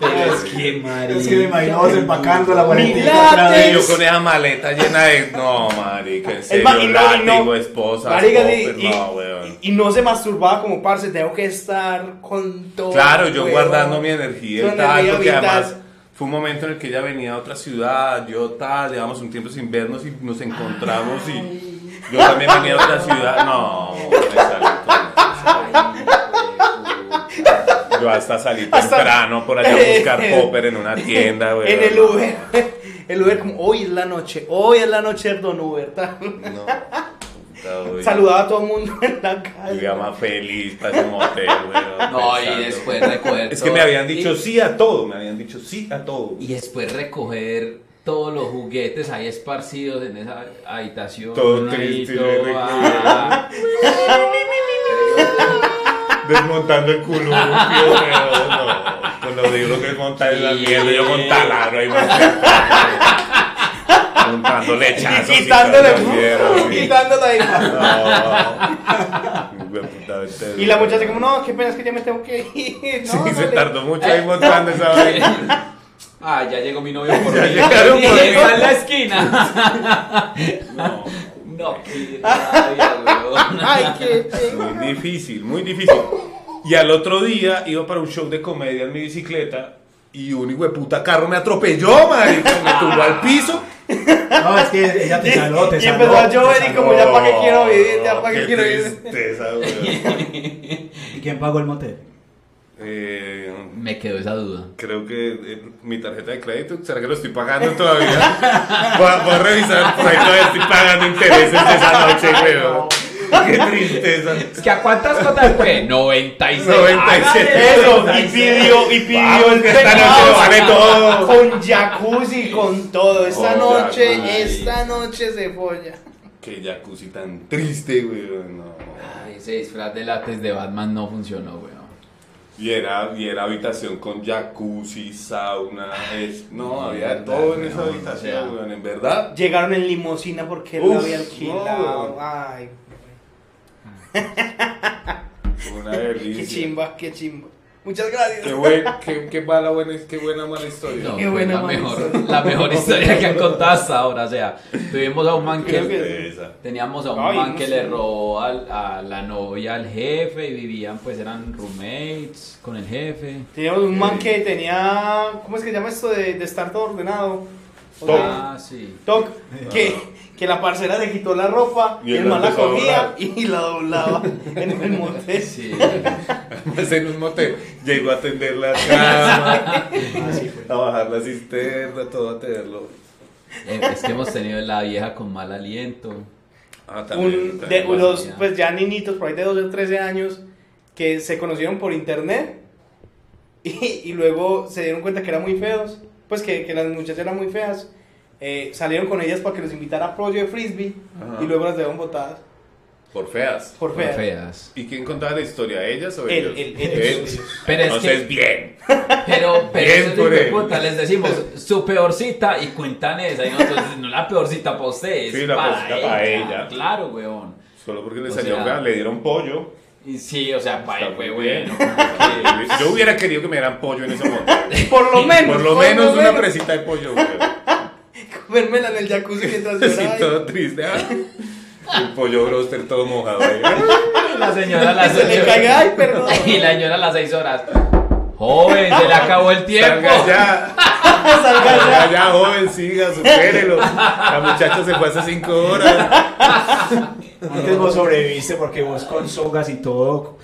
E: Pero es que, marica.
D: Es que me imagino vos empacando la maletica
A: Milates.
D: otra
C: Y
D: vez.
C: yo con esa maleta llena de. No, marica, en serio.
A: más, y no, y no.
C: látigo, esposa.
A: Marica, sí,
C: popper,
A: y,
C: pues, no, weón.
A: y- y no se masturbaba como parce, tengo que estar con todo.
C: Claro, yo
A: Oh, huevón.
C: guardando mi energía
A: Tu
C: y tal,
A: energía
C: porque
A: vital.
C: además fue un momento en el que ella venía a otra ciudad, yo tal, llevamos un tiempo sin vernos y nos encontramos y yo también venía a otra ciudad. No, me salí con eso. yo hasta salí
A: Hasta-
C: temprano por allá a buscar
A: Eh,
C: popper en una tienda, güey.
A: En el Uber. El Uber, como hoy es la noche, hoy es la noche del Don Uber. tal.
C: No. puta, güey.
A: Saludaba a todo el mundo en la
C: Yo
A: calle.
C: iba más feliz para ese motel, güey.
E: No, y
C: pensando.
E: después recoger.
C: Es que me
E: todo-
C: habían dicho
E: y-
C: sí a todo, me habían dicho sí a todo.
E: Y después recoger todos los juguetes ahí esparcidos en esa habitación.
C: Todo
E: uno ahí,
C: triste y
E: todo,
C: recogido.
E: ah.
C: Desmontando el columpio, pero no. Con lo digo que es montar en la mierda, yo con taladro ahí más. Montando lechazos.
A: Y quitándole,
C: tal, la mierda, sí.
A: quitándola ahí.
C: No. Hijo de puta, vete,
A: Y la
C: güey.
A: muchacha como, no, qué pena, es que ya me tengo que ir. No,
C: Sí, se
A: dale.
C: tardó mucho ahí montando esa vaina.
E: Ah, ya llegó mi novio por
C: Ya
E: mí.
C: llegaron por
E: Llegó
C: mí.
E: en la esquina.
C: No.
E: No, qué rabia, weón.
A: Ay, qué
C: Muy difícil, muy difícil. Y al otro día iba para un show de comedia en mi bicicleta y un hijo de puta carro me atropelló, marico. Me tumbó al piso.
D: No, es que ella te saló, te
A: Y
D: saló.
A: empezó a llover
D: te
A: y
D: saló.
A: como ya para qué quiero vivir, ya para qué
C: Qué
A: quiero vivir.
C: tristeza, güey.
D: ¿Y quién pagó el motel?
C: Eh,
E: Me quedó esa duda.
C: creo que eh, mi tarjeta de crédito, ¿será que lo estoy pagando todavía? Voy a, voy a revisar, por ahí todavía estoy pagando intereses de esa noche, güey. Qué tristeza.
E: Es que a cuántas cuotas fue? 96.
C: 96.
A: Eso, y pidió, y pidió el
C: Vamos, que esta noche lo vale todo.
A: Con jacuzzi, con todo. Esta
C: Con
A: noche,
C: jacuzzi.
A: esta noche se folla.
C: Qué jacuzzi tan triste, güey. No.
E: Ay, ese disfraz de látex de Batman no funcionó, weón.
C: Y era, y era habitación con jacuzzi, sauna. es- no, había de todo en esa
E: No, no
C: habitación,
E: sea.
C: güey. En verdad,
A: Llegaron en limusina porque él
C: Uf,
A: la había alquilado.
C: no.
A: Ay,
C: una
A: qué
C: delicia.
A: chimba, qué chimba. Muchas gracias.
C: Qué, buen, qué, qué mala buena, qué buena mala historia.
E: No,
A: Qué
E: fue
A: buena
E: la
A: mala
E: mejor,
A: historia.
E: la mejor historia que han contado hasta ahora. O sea, tuvimos a un man
A: Creo
E: que.
A: que-
C: Esa.
E: Teníamos a un
A: Ay,
E: man
A: no
E: que
A: sé.
E: le robó al- a la novia al jefe y vivían, pues eran roommates con el jefe.
A: Teníamos un man que tenía. ¿Cómo es que se llama esto de, de estar todo ordenado? O
C: Toc.
A: sea,
E: Ah, sí.
A: Toc. Que, que la parcera le quitó la ropa
C: Y
A: y
C: él
A: el
C: la
A: man la
C: empezó a
A: cogía
C: doblar.
A: y la doblaba en el motel.
E: Sí.
C: Además, en un motel. Llegó a tender la cama, a bajar la cisterna, todo a tenerlo.
E: Eh, Es que hemos tenido la vieja con mal aliento.
C: Ah,
A: un, de
E: también
A: unos,
E: pasa, ya.
A: pues ya niñitos por ahí de 12 o 13 años que se conocieron por internet y, y luego se dieron cuenta que eran muy feos, pues que, que las muchachas eran muy feas, eh, salieron con ellas para que los invitara a Proyo de Frisbee
C: Ajá.
A: y luego las dejaron botadas.
C: Por feas.
A: Por fea.
E: feas.
C: ¿Y quién contaba la historia? ¿Ellas o
A: Él,
C: ellos?
A: él, él.
E: Pero es
C: Entonces,
E: que-
C: bien.
E: Pero, pero
C: Bien
E: esos
C: por él.
E: hijueputas les decimos su peor cita y cuentan esa. Y nosotros, no la peor cita para ustedes.
C: Sí, la peor cita pa' ella.
E: Claro, weón.
C: Solo porque le
E: O
C: salió
E: sea-
C: fea, le dieron pollo.
E: Y sí, o sea, para
C: Está
E: fue
C: muy bien.
E: bueno. porque-
C: Yo hubiera querido que me dieran pollo en ese momento.
A: Por lo menos.
C: Por lo menos una presita de pollo, güey.
A: Comérmela en el jacuzzi mientras
C: Así
A: lloraba.
C: todo triste. ah. El pollo broster todo mojado ahí.
E: La señora
A: Y
E: la
A: se le caiga, ay, perdón.
E: Y la señora a las seis horas. Joven, se le acabó el tiempo.
C: Salga ya.
A: Salga ya.
C: Salga ya, joven, siga, supérelo. La muchacha se fue hace cinco horas.
D: Antes vos sobreviviste porque vos con sogas y todo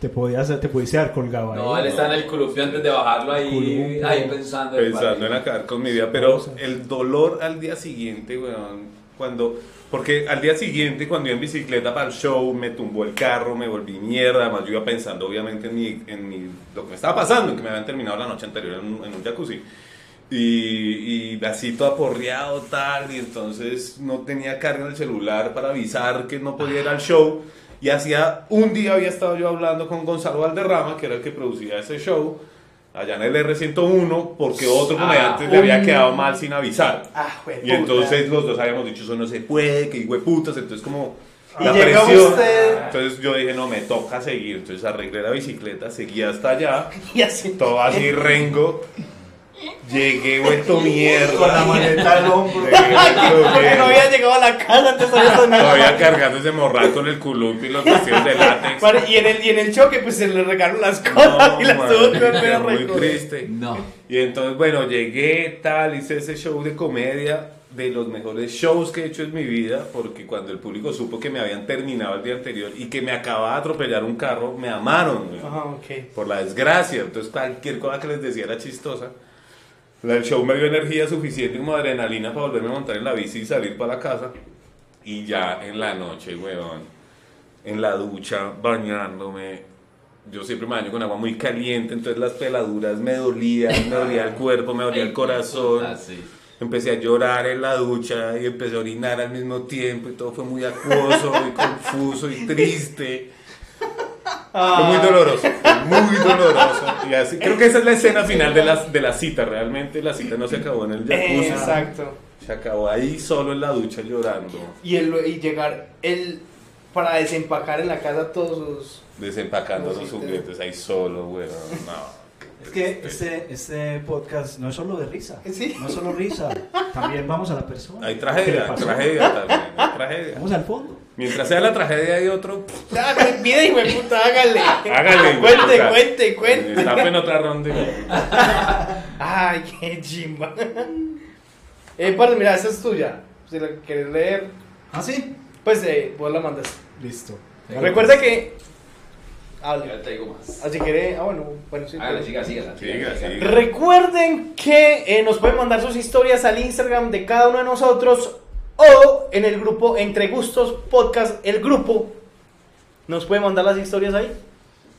D: te podías, te pudiste haber colgado ahí.
E: No, él está en el columpio antes de bajarlo ahí,
D: Columpio.
E: ahí pensando. en el
C: Pensando en
E: padre.
C: acabar con mi vida. Pero el dolor al día siguiente, weón. Cuando. Porque al día siguiente, cuando iba en bicicleta para el show, me tumbó el carro, me volví mierda. Además, yo iba pensando, obviamente, en, mi, en mi, lo que me estaba pasando, en que me habían terminado la noche anterior en un- en un jacuzzi. Y, y así todo aporreado, tal, y entonces no tenía carga en el celular para avisar que no podía ir
A: Ah.
C: al show. Y hacía un día había estado yo hablando con Gonzalo Valderrama, que era el que producía ese show, allá en el R101, porque otro comediante le había quedado mal sin avisar.
A: Ah, güey,
C: Y
A: puta.
C: entonces los dos habíamos dicho, eso no se puede, que putas, entonces como
A: Y
C: la
A: llegó
C: presión.
A: usted.
C: Entonces yo dije, no, me toca seguir, entonces arreglé la bicicleta, seguí hasta allá
A: Y así.
C: todo así rengo. Llegué vuelto mierda.
D: Con la maleta al hombro.
C: Llegué vuelto
A: Porque no
C: mierda.
A: había llegado a la casa antes había sonado.
C: Todavía cargando ese morral con el columpio y los vestidos de látex.
A: Para- Y en el, y en el choque, pues se le regaron las cosas
C: No,
A: y las tuvo que volver
C: marica,
A: a
C: muy
A: recoger.
C: triste.
E: No.
C: Y entonces, bueno, llegué, tal, hice ese show de comedia, de los mejores shows que he hecho en mi vida, porque cuando el público supo que me habían terminado el día anterior y que me acababa de atropellar un carro, me amaron. güey.
A: Ah, ok.
C: por la desgracia. Entonces, cualquier cosa que les decía era chistosa. La- El show me dio energía suficiente como adrenalina para volverme a montar en la bici y salir para la casa. Y ya en la noche, weón, en la ducha, bañándome. Yo siempre me baño con agua muy caliente, entonces las peladuras me dolían, me dolía el cuerpo, me dolía el corazón.
E: Ah, sí.
C: Empecé a llorar en la ducha y empecé a orinar al mismo tiempo y todo fue muy acuoso y confuso y triste. Fue muy doloroso, fue muy doloroso. Y así, creo que esa es la escena final de la, de la cita. Realmente la cita no se acabó en el jacuzzi.
A: Ah, Eh, Exacto.
C: Se acabó ahí solo en la ducha llorando.
A: Y, el, y llegar el, para desempacar en la casa todos sus.
C: Desempacando
A: No, sí,
C: los
A: te-
C: juguetes ahí solo, weón. No.
D: Es que este, este podcast no es solo de risa.
A: ¿Eh, Sí.
D: No es solo risa. También vamos a la persona.
C: Hay
D: ¿Qué le
C: tragedia,
D: pasó?
C: tragedia también. hay tragedia.
D: Vamos al fondo.
C: Mientras sea la tragedia hay otro. pff,
A: Ah, qué vida, hijo de puta, hágale.
C: Hágale, güey, o
A: Ah, Cuente,
C: sea,
A: cuente, cuente.
C: Destapen otra ronda. y-
A: Ay, qué chimba. Eh, padre, mira, esta es tuya. Si la quieres leer,
D: ¿Ah, sí?
A: pues eh, vos la mandas.
D: Listo.
A: Recuerda
C: pues.
A: que. Hable.
E: Ya te digo más.
A: Ah, si quiere. Ah, bueno, bueno, sí.
E: Hágale, siga, siga.
C: Siga, siga.
A: Recuerden que eh, nos pueden mandar sus historias al Instagram de cada uno de nosotros o en el grupo Entre Gustos Podcast, el grupo. Nos pueden mandar las historias ahí.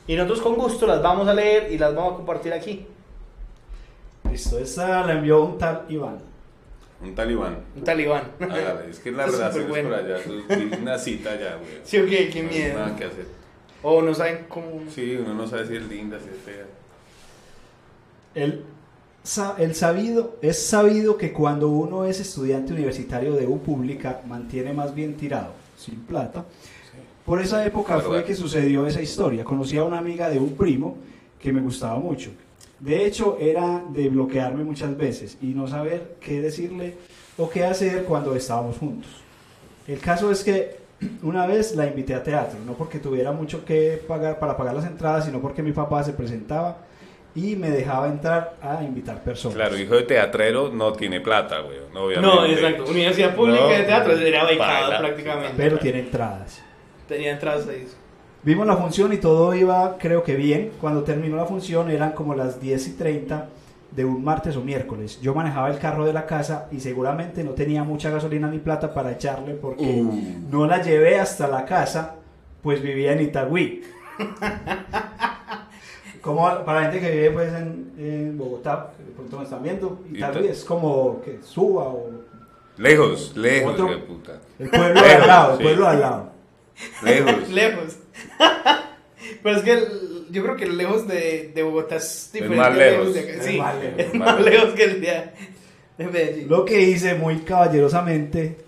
A: Y nosotros con gusto las vamos a leer y las vamos a compartir aquí.
D: Listo, esta la envió un tal Iván.
C: Un talibán.
A: Un talibán.
C: Hágale, es que las
A: Es
C: relaciones
A: superbueno.
C: por allá, eso es una cita allá, weón.
A: Sí, ok, qué
C: No hay
A: miedo.
C: Nada que hacer.
A: O no saben cómo.
C: Ah, Sí, uno no sabe si es linda, si es fea.
D: El, sa- el sabido, es sabido que cuando uno es estudiante universitario de U pública, mantiene más bien tirado, sin plata. Por esa época
C: Claro,
D: fue
C: claro.
D: que sucedió esa historia. Conocí a una amiga de un primo que me gustaba mucho. De hecho, era de bloquearme muchas veces y no saber qué decirle o qué hacer cuando estábamos juntos. El caso es que una vez la invité a teatro, no porque tuviera mucho que pagar para pagar las entradas, sino porque mi papá se presentaba y me dejaba entrar a invitar personas.
C: Claro, hijo de teatrero no tiene plata, güey. No,
A: No,
C: obviamente.
A: exacto. Universidad Pública
C: No,
A: de Teatro era becado
C: baila.
A: prácticamente.
D: Pero tiene entradas.
A: Tenía entradas ahí.
D: Vimos la función y todo iba, creo que bien. Cuando terminó la función eran como las 10 y 30 de un martes o miércoles. Yo manejaba el carro de la casa y seguramente no tenía mucha gasolina ni plata para echarle porque
C: Uh.
D: no la llevé hasta la casa, pues vivía en Itagüí. como para la gente que vive pues en, en Bogotá, que de pronto me están viendo, Itagüí
C: Ita-
D: es como que suba o
C: Lejos, lejos,
D: Otro-
C: hijo de puta.
D: el pueblo de
C: Pero,
D: al lado, el
C: sí.
D: pueblo de al lado.
C: Lejos.
A: Lejos. Pero es que el- yo creo que el lejos de, de Bogotá es diferente.
C: más
A: al
C: lejos.
A: de acá.
D: Es
A: Sí,
D: más lejos.
A: es más lejos que el de, de Medellín.
D: Lo que hice muy caballerosamente,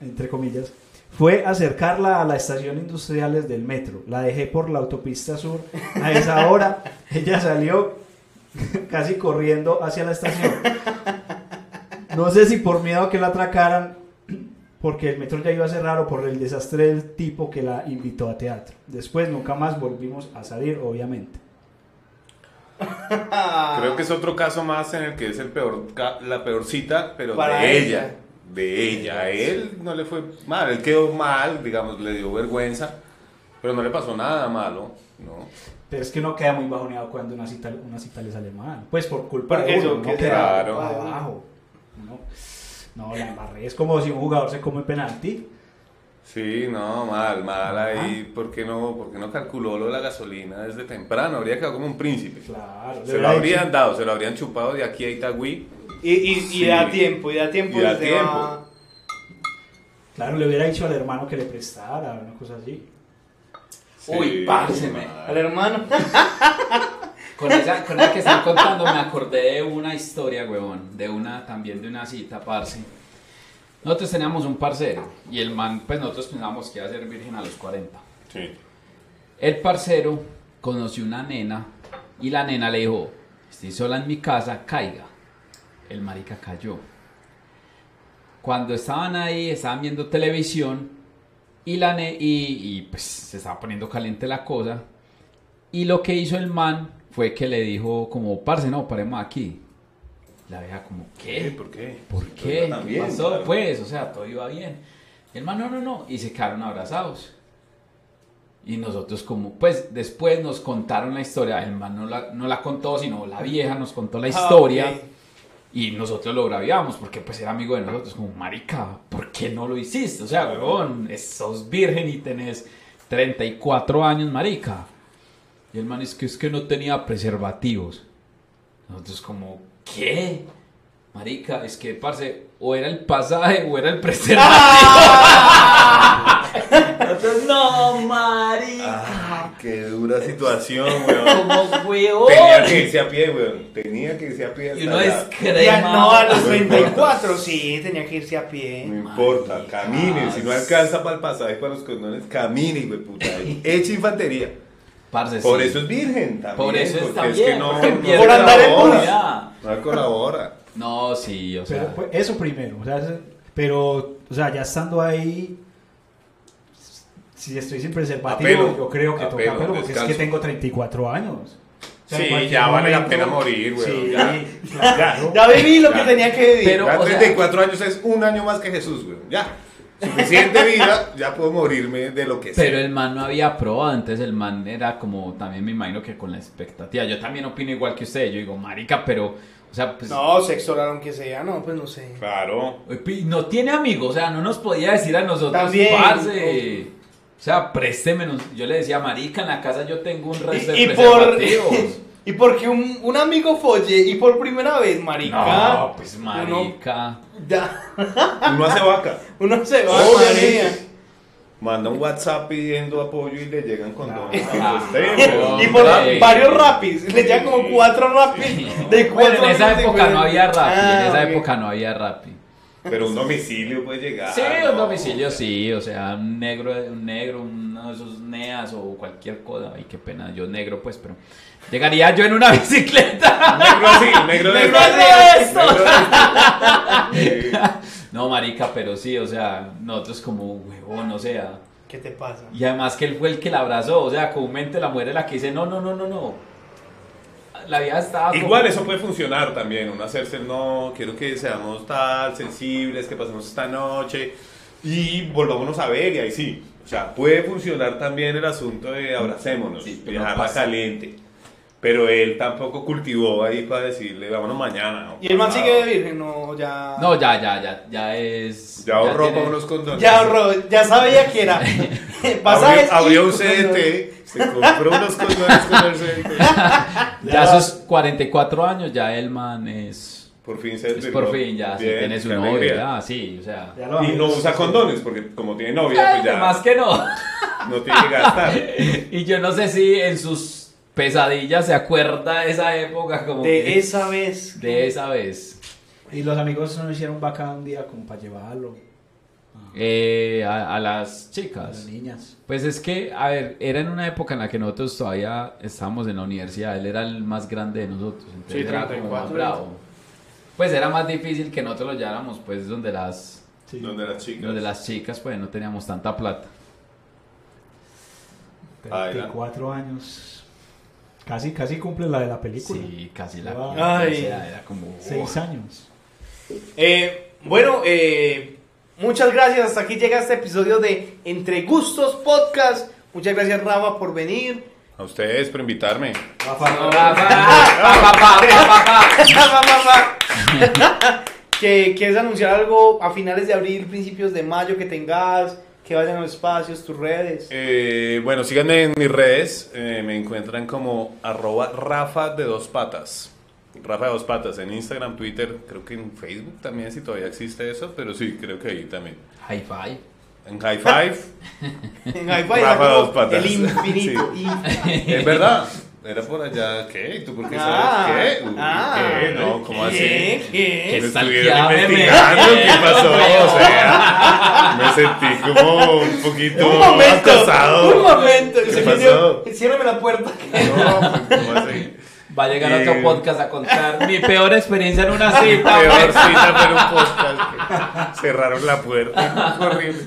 D: entre comillas, fue acercarla a la estación industriales del metro. La dejé por la autopista sur. A esa hora ella salió casi corriendo hacia la estación. No sé si por miedo a que la atracaran, porque el metro ya iba a cerrar o por el desastre del tipo que la invitó a teatro. Después nunca más volvimos a salir, obviamente.
A: Ah,
C: Creo que es otro caso más en el que es el peor, ca- la peor cita, pero
A: Para
C: de
A: ella.
C: ella. De ella. A él no le fue mal. Él quedó mal, digamos, le dio vergüenza. Pero no le pasó nada malo, ¿no?
D: Pero es que uno queda muy bajoneado cuando una cita, una cita le sale mal. Pues por culpa
A: Porque
D: de
A: eso,
D: uno, uno
A: que
D: queda
C: claro.
D: abajo. Uno- no, la embarré. Es como si un jugador se come penalti.
C: Sí, no, mal, mal ahí. ¿Por qué no, por qué no calculó lo de la gasolina desde temprano? Habría quedado como un príncipe.
D: Claro.
C: Se lo habrían dado, se lo habrían chupado de aquí a Itagüí.
A: Y, y, y
C: Sí.
A: da tiempo, y da tiempo.
C: Y da
A: desde
C: tiempo.
A: la-
D: Claro, le hubiera dicho al hermano que le prestara, una cosa así.
E: Uy, párseme.
A: Al hermano.
E: Con esa, con la que están contando me acordé de una historia, huevón, de una, también de una cita, parce. Nosotros teníamos un parcero y el man, pues nosotros pensábamos que iba a ser virgen a los 40.
C: Sí.
E: El parcero conoció una nena y la nena le dijo, estoy sola en mi casa, caiga. El marica cayó. Cuando estaban ahí, estaban viendo televisión y, la ne- y, y, pues se estaba poniendo caliente la cosa. Y lo que hizo el man fue que le dijo como, parce, no, paremos aquí. La vieja como,
C: ¿Qué?
E: ¿qué?
C: Eh, ¿Por qué?
E: ¿Por
C: Pero
E: qué?
C: yo
E: ¿Qué
C: también,
E: pasó?
C: claro.
E: Pues, o sea, todo iba bien. Y el man, no, no, no. Y se quedaron abrazados. Y nosotros como, pues, después nos contaron la historia. El man no la, no la contó, sino la vieja nos contó la historia.
A: Ah, ok.
E: Y nosotros lo braviamos, porque pues era amigo de nosotros. Como, marica, ¿por qué no lo hiciste? O sea, huevón, es- sos virgen y tenés 34 años, marica. Y el man es que es que no tenía preservativos. Nosotros como, ¿qué? Marica, es que, parce, o era el pasaje o era el preservativo. Nosotros, no, marica.
C: Ah, qué dura situación, weón.
E: Como
C: Tenía
E: huevón.
C: que irse a pie, weón. Tenía que irse a pie. hasta
E: Y uno
C: allá.
E: es
A: Ya
E: crema.
A: no, a los
C: No importa.
A: 34, sí, tenía que irse a pie.
C: No importa, camine. Si no alcanza para el pasaje para los condones, camine, güey, puta. Eche infantería.
E: Parce,
C: Por
E: sí.
C: eso es virgen también.
E: Por eso
C: porque
E: está bien,
C: no,
E: porque
C: no
E: pierde
A: Por andar en
C: colabora,
E: publicidad.
C: No colabora.
E: No, sí, o sea.
D: Pero fue- eso primero. o sea, eso- pero, o sea, ya estando ahí, si estoy sin preservativo,
C: Apelo,
D: yo creo que
C: apelo,
D: toca, pero porque es que
C: descanso.
D: tengo 34 años. O sea, en
C: Sí,
D: cualquier
C: ya vale la
D: momento-
C: pena morir, güey.
D: Sí,
C: ya.
D: claro.
A: Ya viví lo que
C: Ya.
A: tenía que vivir.
E: Pero-
C: Ya
E: o sea-
C: 34 años es un año más que Jesús, güey. Ya. Suficiente vida, ya puedo morirme de lo que sea.
E: Pero el man no había probado, entonces el man era como, también me imagino que con la expectativa. Yo también opino igual que usted, yo digo, marica, pero, o sea, pues... eh,
A: No, sexo oral aunque sea, no, pues no sé.
C: Claro.
E: pi- No tiene amigos, o sea, no nos podía decir a nosotros,
A: También.
E: parce. O sea, préstemenos. Yo le decía, marica, en la casa yo tengo un resto de
A: Y, y por.
E: preservativos".
A: y porque un, un amigo folle y por primera vez, marica.
E: No, pues marica.
A: Uno, ya,
C: Uno hace vaca.
A: uno se va,
C: Obviamente.
A: marica.
C: Manda un WhatsApp pidiendo apoyo y le llegan condones.
E: Ah,
C: a usted,
E: no.
C: güey.
A: Y por
E: Hombre.
A: varios rapis, le llegan como cuatro rapis de cuatro
E: Bueno, en esa
A: amigos
E: época
A: diferentes.
E: no había Rappi, en
A: Ah,
E: esa
A: ok.
E: época no había Rappi.
C: Pero un domicilio puede llegar.
E: Sí,
C: ¿no?
E: un domicilio sí, o sea, un negro, un negro, uno de esos neas o cualquier cosa. Ay, qué pena, yo negro pues, pero llegaría yo en una bicicleta.
C: Un Negro así, un negro de
E: Negro de estos. No, marica, pero sí, o sea, nosotros como huevón, o sea.
A: ¿Qué te pasa?
E: Y además que él fue el que la abrazó, o sea, comúnmente la mujer es la que dice, no, no, no, no, no. La vida estaba como-
C: Igual eso puede funcionar también, uno hacerse el no, quiero que seamos tan sensibles, que pasemos esta noche y volvámonos a ver y ahí sí. O sea, puede funcionar también el asunto de abracémonos,
E: Sí, pero
C: dejarla
E: pasa.
C: caliente. Pero él tampoco cultivó ahí para decirle, vámonos mañana. o "Ah,
A: Y el man
C: pasado.
A: sigue virgen, no, ya.
E: Ah. No, ya, ya, ya, ya es...
C: Ya ahorró
E: tiene-
C: para unos condones.
A: Ya ahorró, ya sabía que era. Pasajes
C: Abrió, abrió
A: y-
C: un CDT, se compró unos condones con el CDT.
E: Ya a sus 44 años, ya el man es...
C: Por fin se
E: Pues
C: desvirgó.
E: por fin, ya, si
C: Bien,
E: tienes
C: qué
E: un novio,
C: alegría.
E: ya, sí, o sea.
D: Ya lo
C: Y no
D: vamos.
C: usa condones, porque como tiene novia, pues
E: Eh, Más
C: ya
E: que no.
C: no tiene que gastar.
E: Y yo no sé si en sus pesadillas se acuerda de esa época como
A: De
E: que-
A: esa vez.
E: de esa vez.
D: Y los amigos no hicieron vaca un día como para llevarlo.
E: Eh, a,
D: A
E: a las
D: las
E: chicas.
D: niñas.
E: Pues es que, a ver, era en una época en la que nosotros todavía estábamos en la universidad, él era el más grande de nosotros, entonces
A: Sí,
E: era como más
A: 34
E: bravo. Pues era más difícil que nosotros lo lleváramos, pues donde las,
D: Sí.
C: Donde las chicas.
E: donde las chicas, pues no teníamos tanta plata.
C: Ay, la-
D: 34 años. Casi, casi cumple la de la película.
E: Sí, casi la...
D: Wow.
E: Ay.
A: Ay.
E: Era, era como... "Oh,
D: 6 años.
A: Eh, bueno, eh, muchas gracias. Hasta aquí llega este episodio de Entre Gustos Podcast. Muchas gracias, Rafa, por venir.
C: A ustedes por invitarme.
E: Pa, pa, pa, pa, pa, pa.
A: Rafa, Rafa. que quieres anunciar algo a finales de abril, principios de mayo que tengas, que vayan a los espacios, tus redes.
C: Eh, bueno, síganme en mis redes. eh, me encuentran como arroba Rafa de dos patas. Rafa de dos patas en Instagram, Twitter, creo que en Facebook también, si todavía existe eso, pero sí, creo que ahí también.
E: High five.
C: En High Five,
A: En Hi-Fi era
C: Rafa
A: como
C: dos patas.
A: el infinito.
C: Sí.
A: y-
C: es verdad. Era por allá, ¿qué? ¿Tú por qué sabes qué? Uy,
A: ah,
C: ¿Qué? No, ¿cómo así?
A: ¿Qué? ¿Qué?
C: Me
E: Que
C: estuvieron
E: stalkeábeme.
C: investigando qué pasó, o sea, me sentí como un poquito
A: Un momento,
C: acosado.
A: un momento.
C: ¿Qué
A: Se
C: pasó?
A: metió- Ciérrame la puerta.
C: No, pues, ¿cómo así?
E: Va a llegar
C: Eh.
E: otro podcast a contar mi peor experiencia en una cita.
C: Peor
E: pues.
C: cita fue en un podcast que cerraron la puerta. Fue horrible.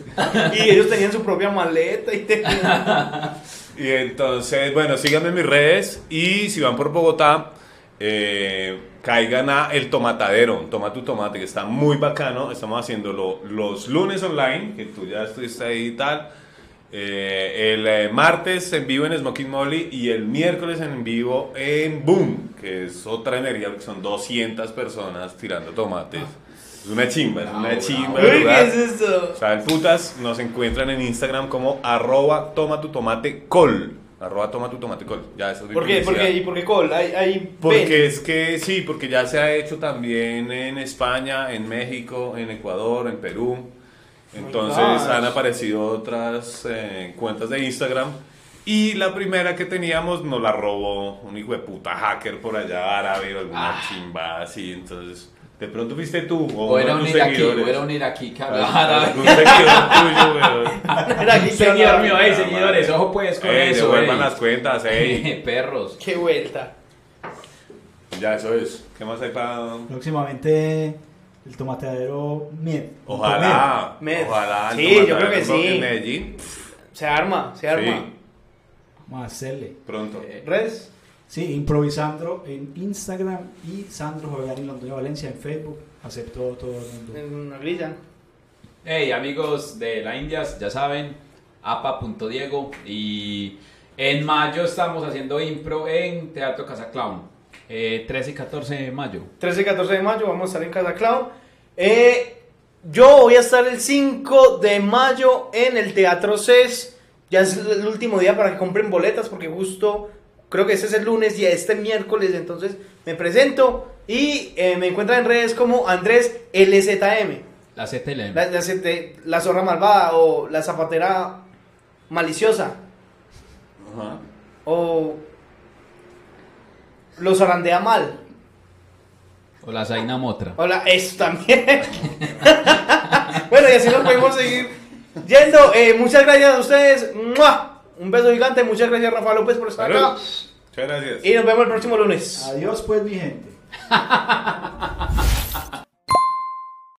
A: Y ellos tenían su propia maleta y tenían...
C: Y entonces, bueno, síganme en mis redes y si van por Bogotá, eh, caigan a El Tomatadero, Toma tu Tomate, que está muy bacano. Estamos haciéndolo los lunes online, que tú ya estuviste ahí y tal. Eh, el eh, martes en vivo en Smoking Molly y el miércoles en vivo en Boom, que es otra energía, porque son 200 personas tirando tomates. Es una chimba, es una chimba. de
A: Uy, ¿qué
C: verdad.
A: es esto?
C: Saben putas, nos encuentran en Instagram como arroba toma tu tomate col. Arroba toma tu tomate col. Ya, eso es mi
A: ¿Por qué? ¿Por
C: publicidad.
A: qué? ¿Y por qué col? Ahí, ahí ven.
C: Porque es que sí, porque ya se ha hecho también en España, en México, en Ecuador, en Perú. Entonces
A: Oh gosh.
C: han aparecido otras eh, cuentas de Instagram. Y la primera que teníamos nos la robó un hijo de puta hacker por allá árabe o
A: Ah.
C: alguna chimba así. Entonces, de pronto fuiste tú o,
E: O era
C: uno
E: un
C: de tus
E: iraquí,
C: seguidores. Ah,
E: o era un iraquí que hablaba árabe.
C: Algún seguidor tuyo, weón.
A: Era aquí que
E: Señor
A: hablaba.
E: mío,
C: eh.
E: ey, señores, ojo pues con
C: Ey,
E: eso.
C: devuelvan
E: ey.
C: las cuentas, ey.
E: Perros.
A: Qué vuelta.
C: ya, eso es. ¿Qué más hay para...?
D: Próximamente el tomatadero Mied.
C: Ojalá,
A: Med.
C: ojalá. el
A: Sí, yo creo
C: tomatadero
A: que sí.
C: En Medellín,
A: Se arma, se arma.
C: Sí.
D: Vamos a hacerle.
C: pronto.
A: Eh, ¿Redes?
D: Sí, improvisando en Instagram y Sandro Jovelar y Londoño Valencia en Facebook. Aceptó todo el mundo.
A: En una grilla.
E: Hey, amigos de la Indias, ya saben, apa.diego. Y en mayo estamos haciendo impro en Teatro Casa Clown. eh, 13 y 14 de mayo.
A: 13 y 14 de mayo vamos a estar en Casa Clown. Eh, yo voy a estar el 5 de mayo en el Teatro CES. Ya es el último día para que compren boletas porque justo creo que ese es el lunes y este miércoles. Entonces me presento y eh, me encuentran en redes como Andrés LZM.
E: La ZLM.
A: La, la CT la zorra malvada o la zapatera maliciosa
C: Ajá.
A: o los zarandea mal.
E: O la Zaina Motra.
A: Hola, eso también. bueno, y así nos podemos seguir yendo. Eh, muchas gracias a ustedes. ¡Mua! Un beso gigante. Muchas gracias, Rafa López, por estar
C: Salud.
A: pues acá.
C: Muchas gracias.
A: Y nos vemos el próximo lunes.
D: Adiós pues mi gente.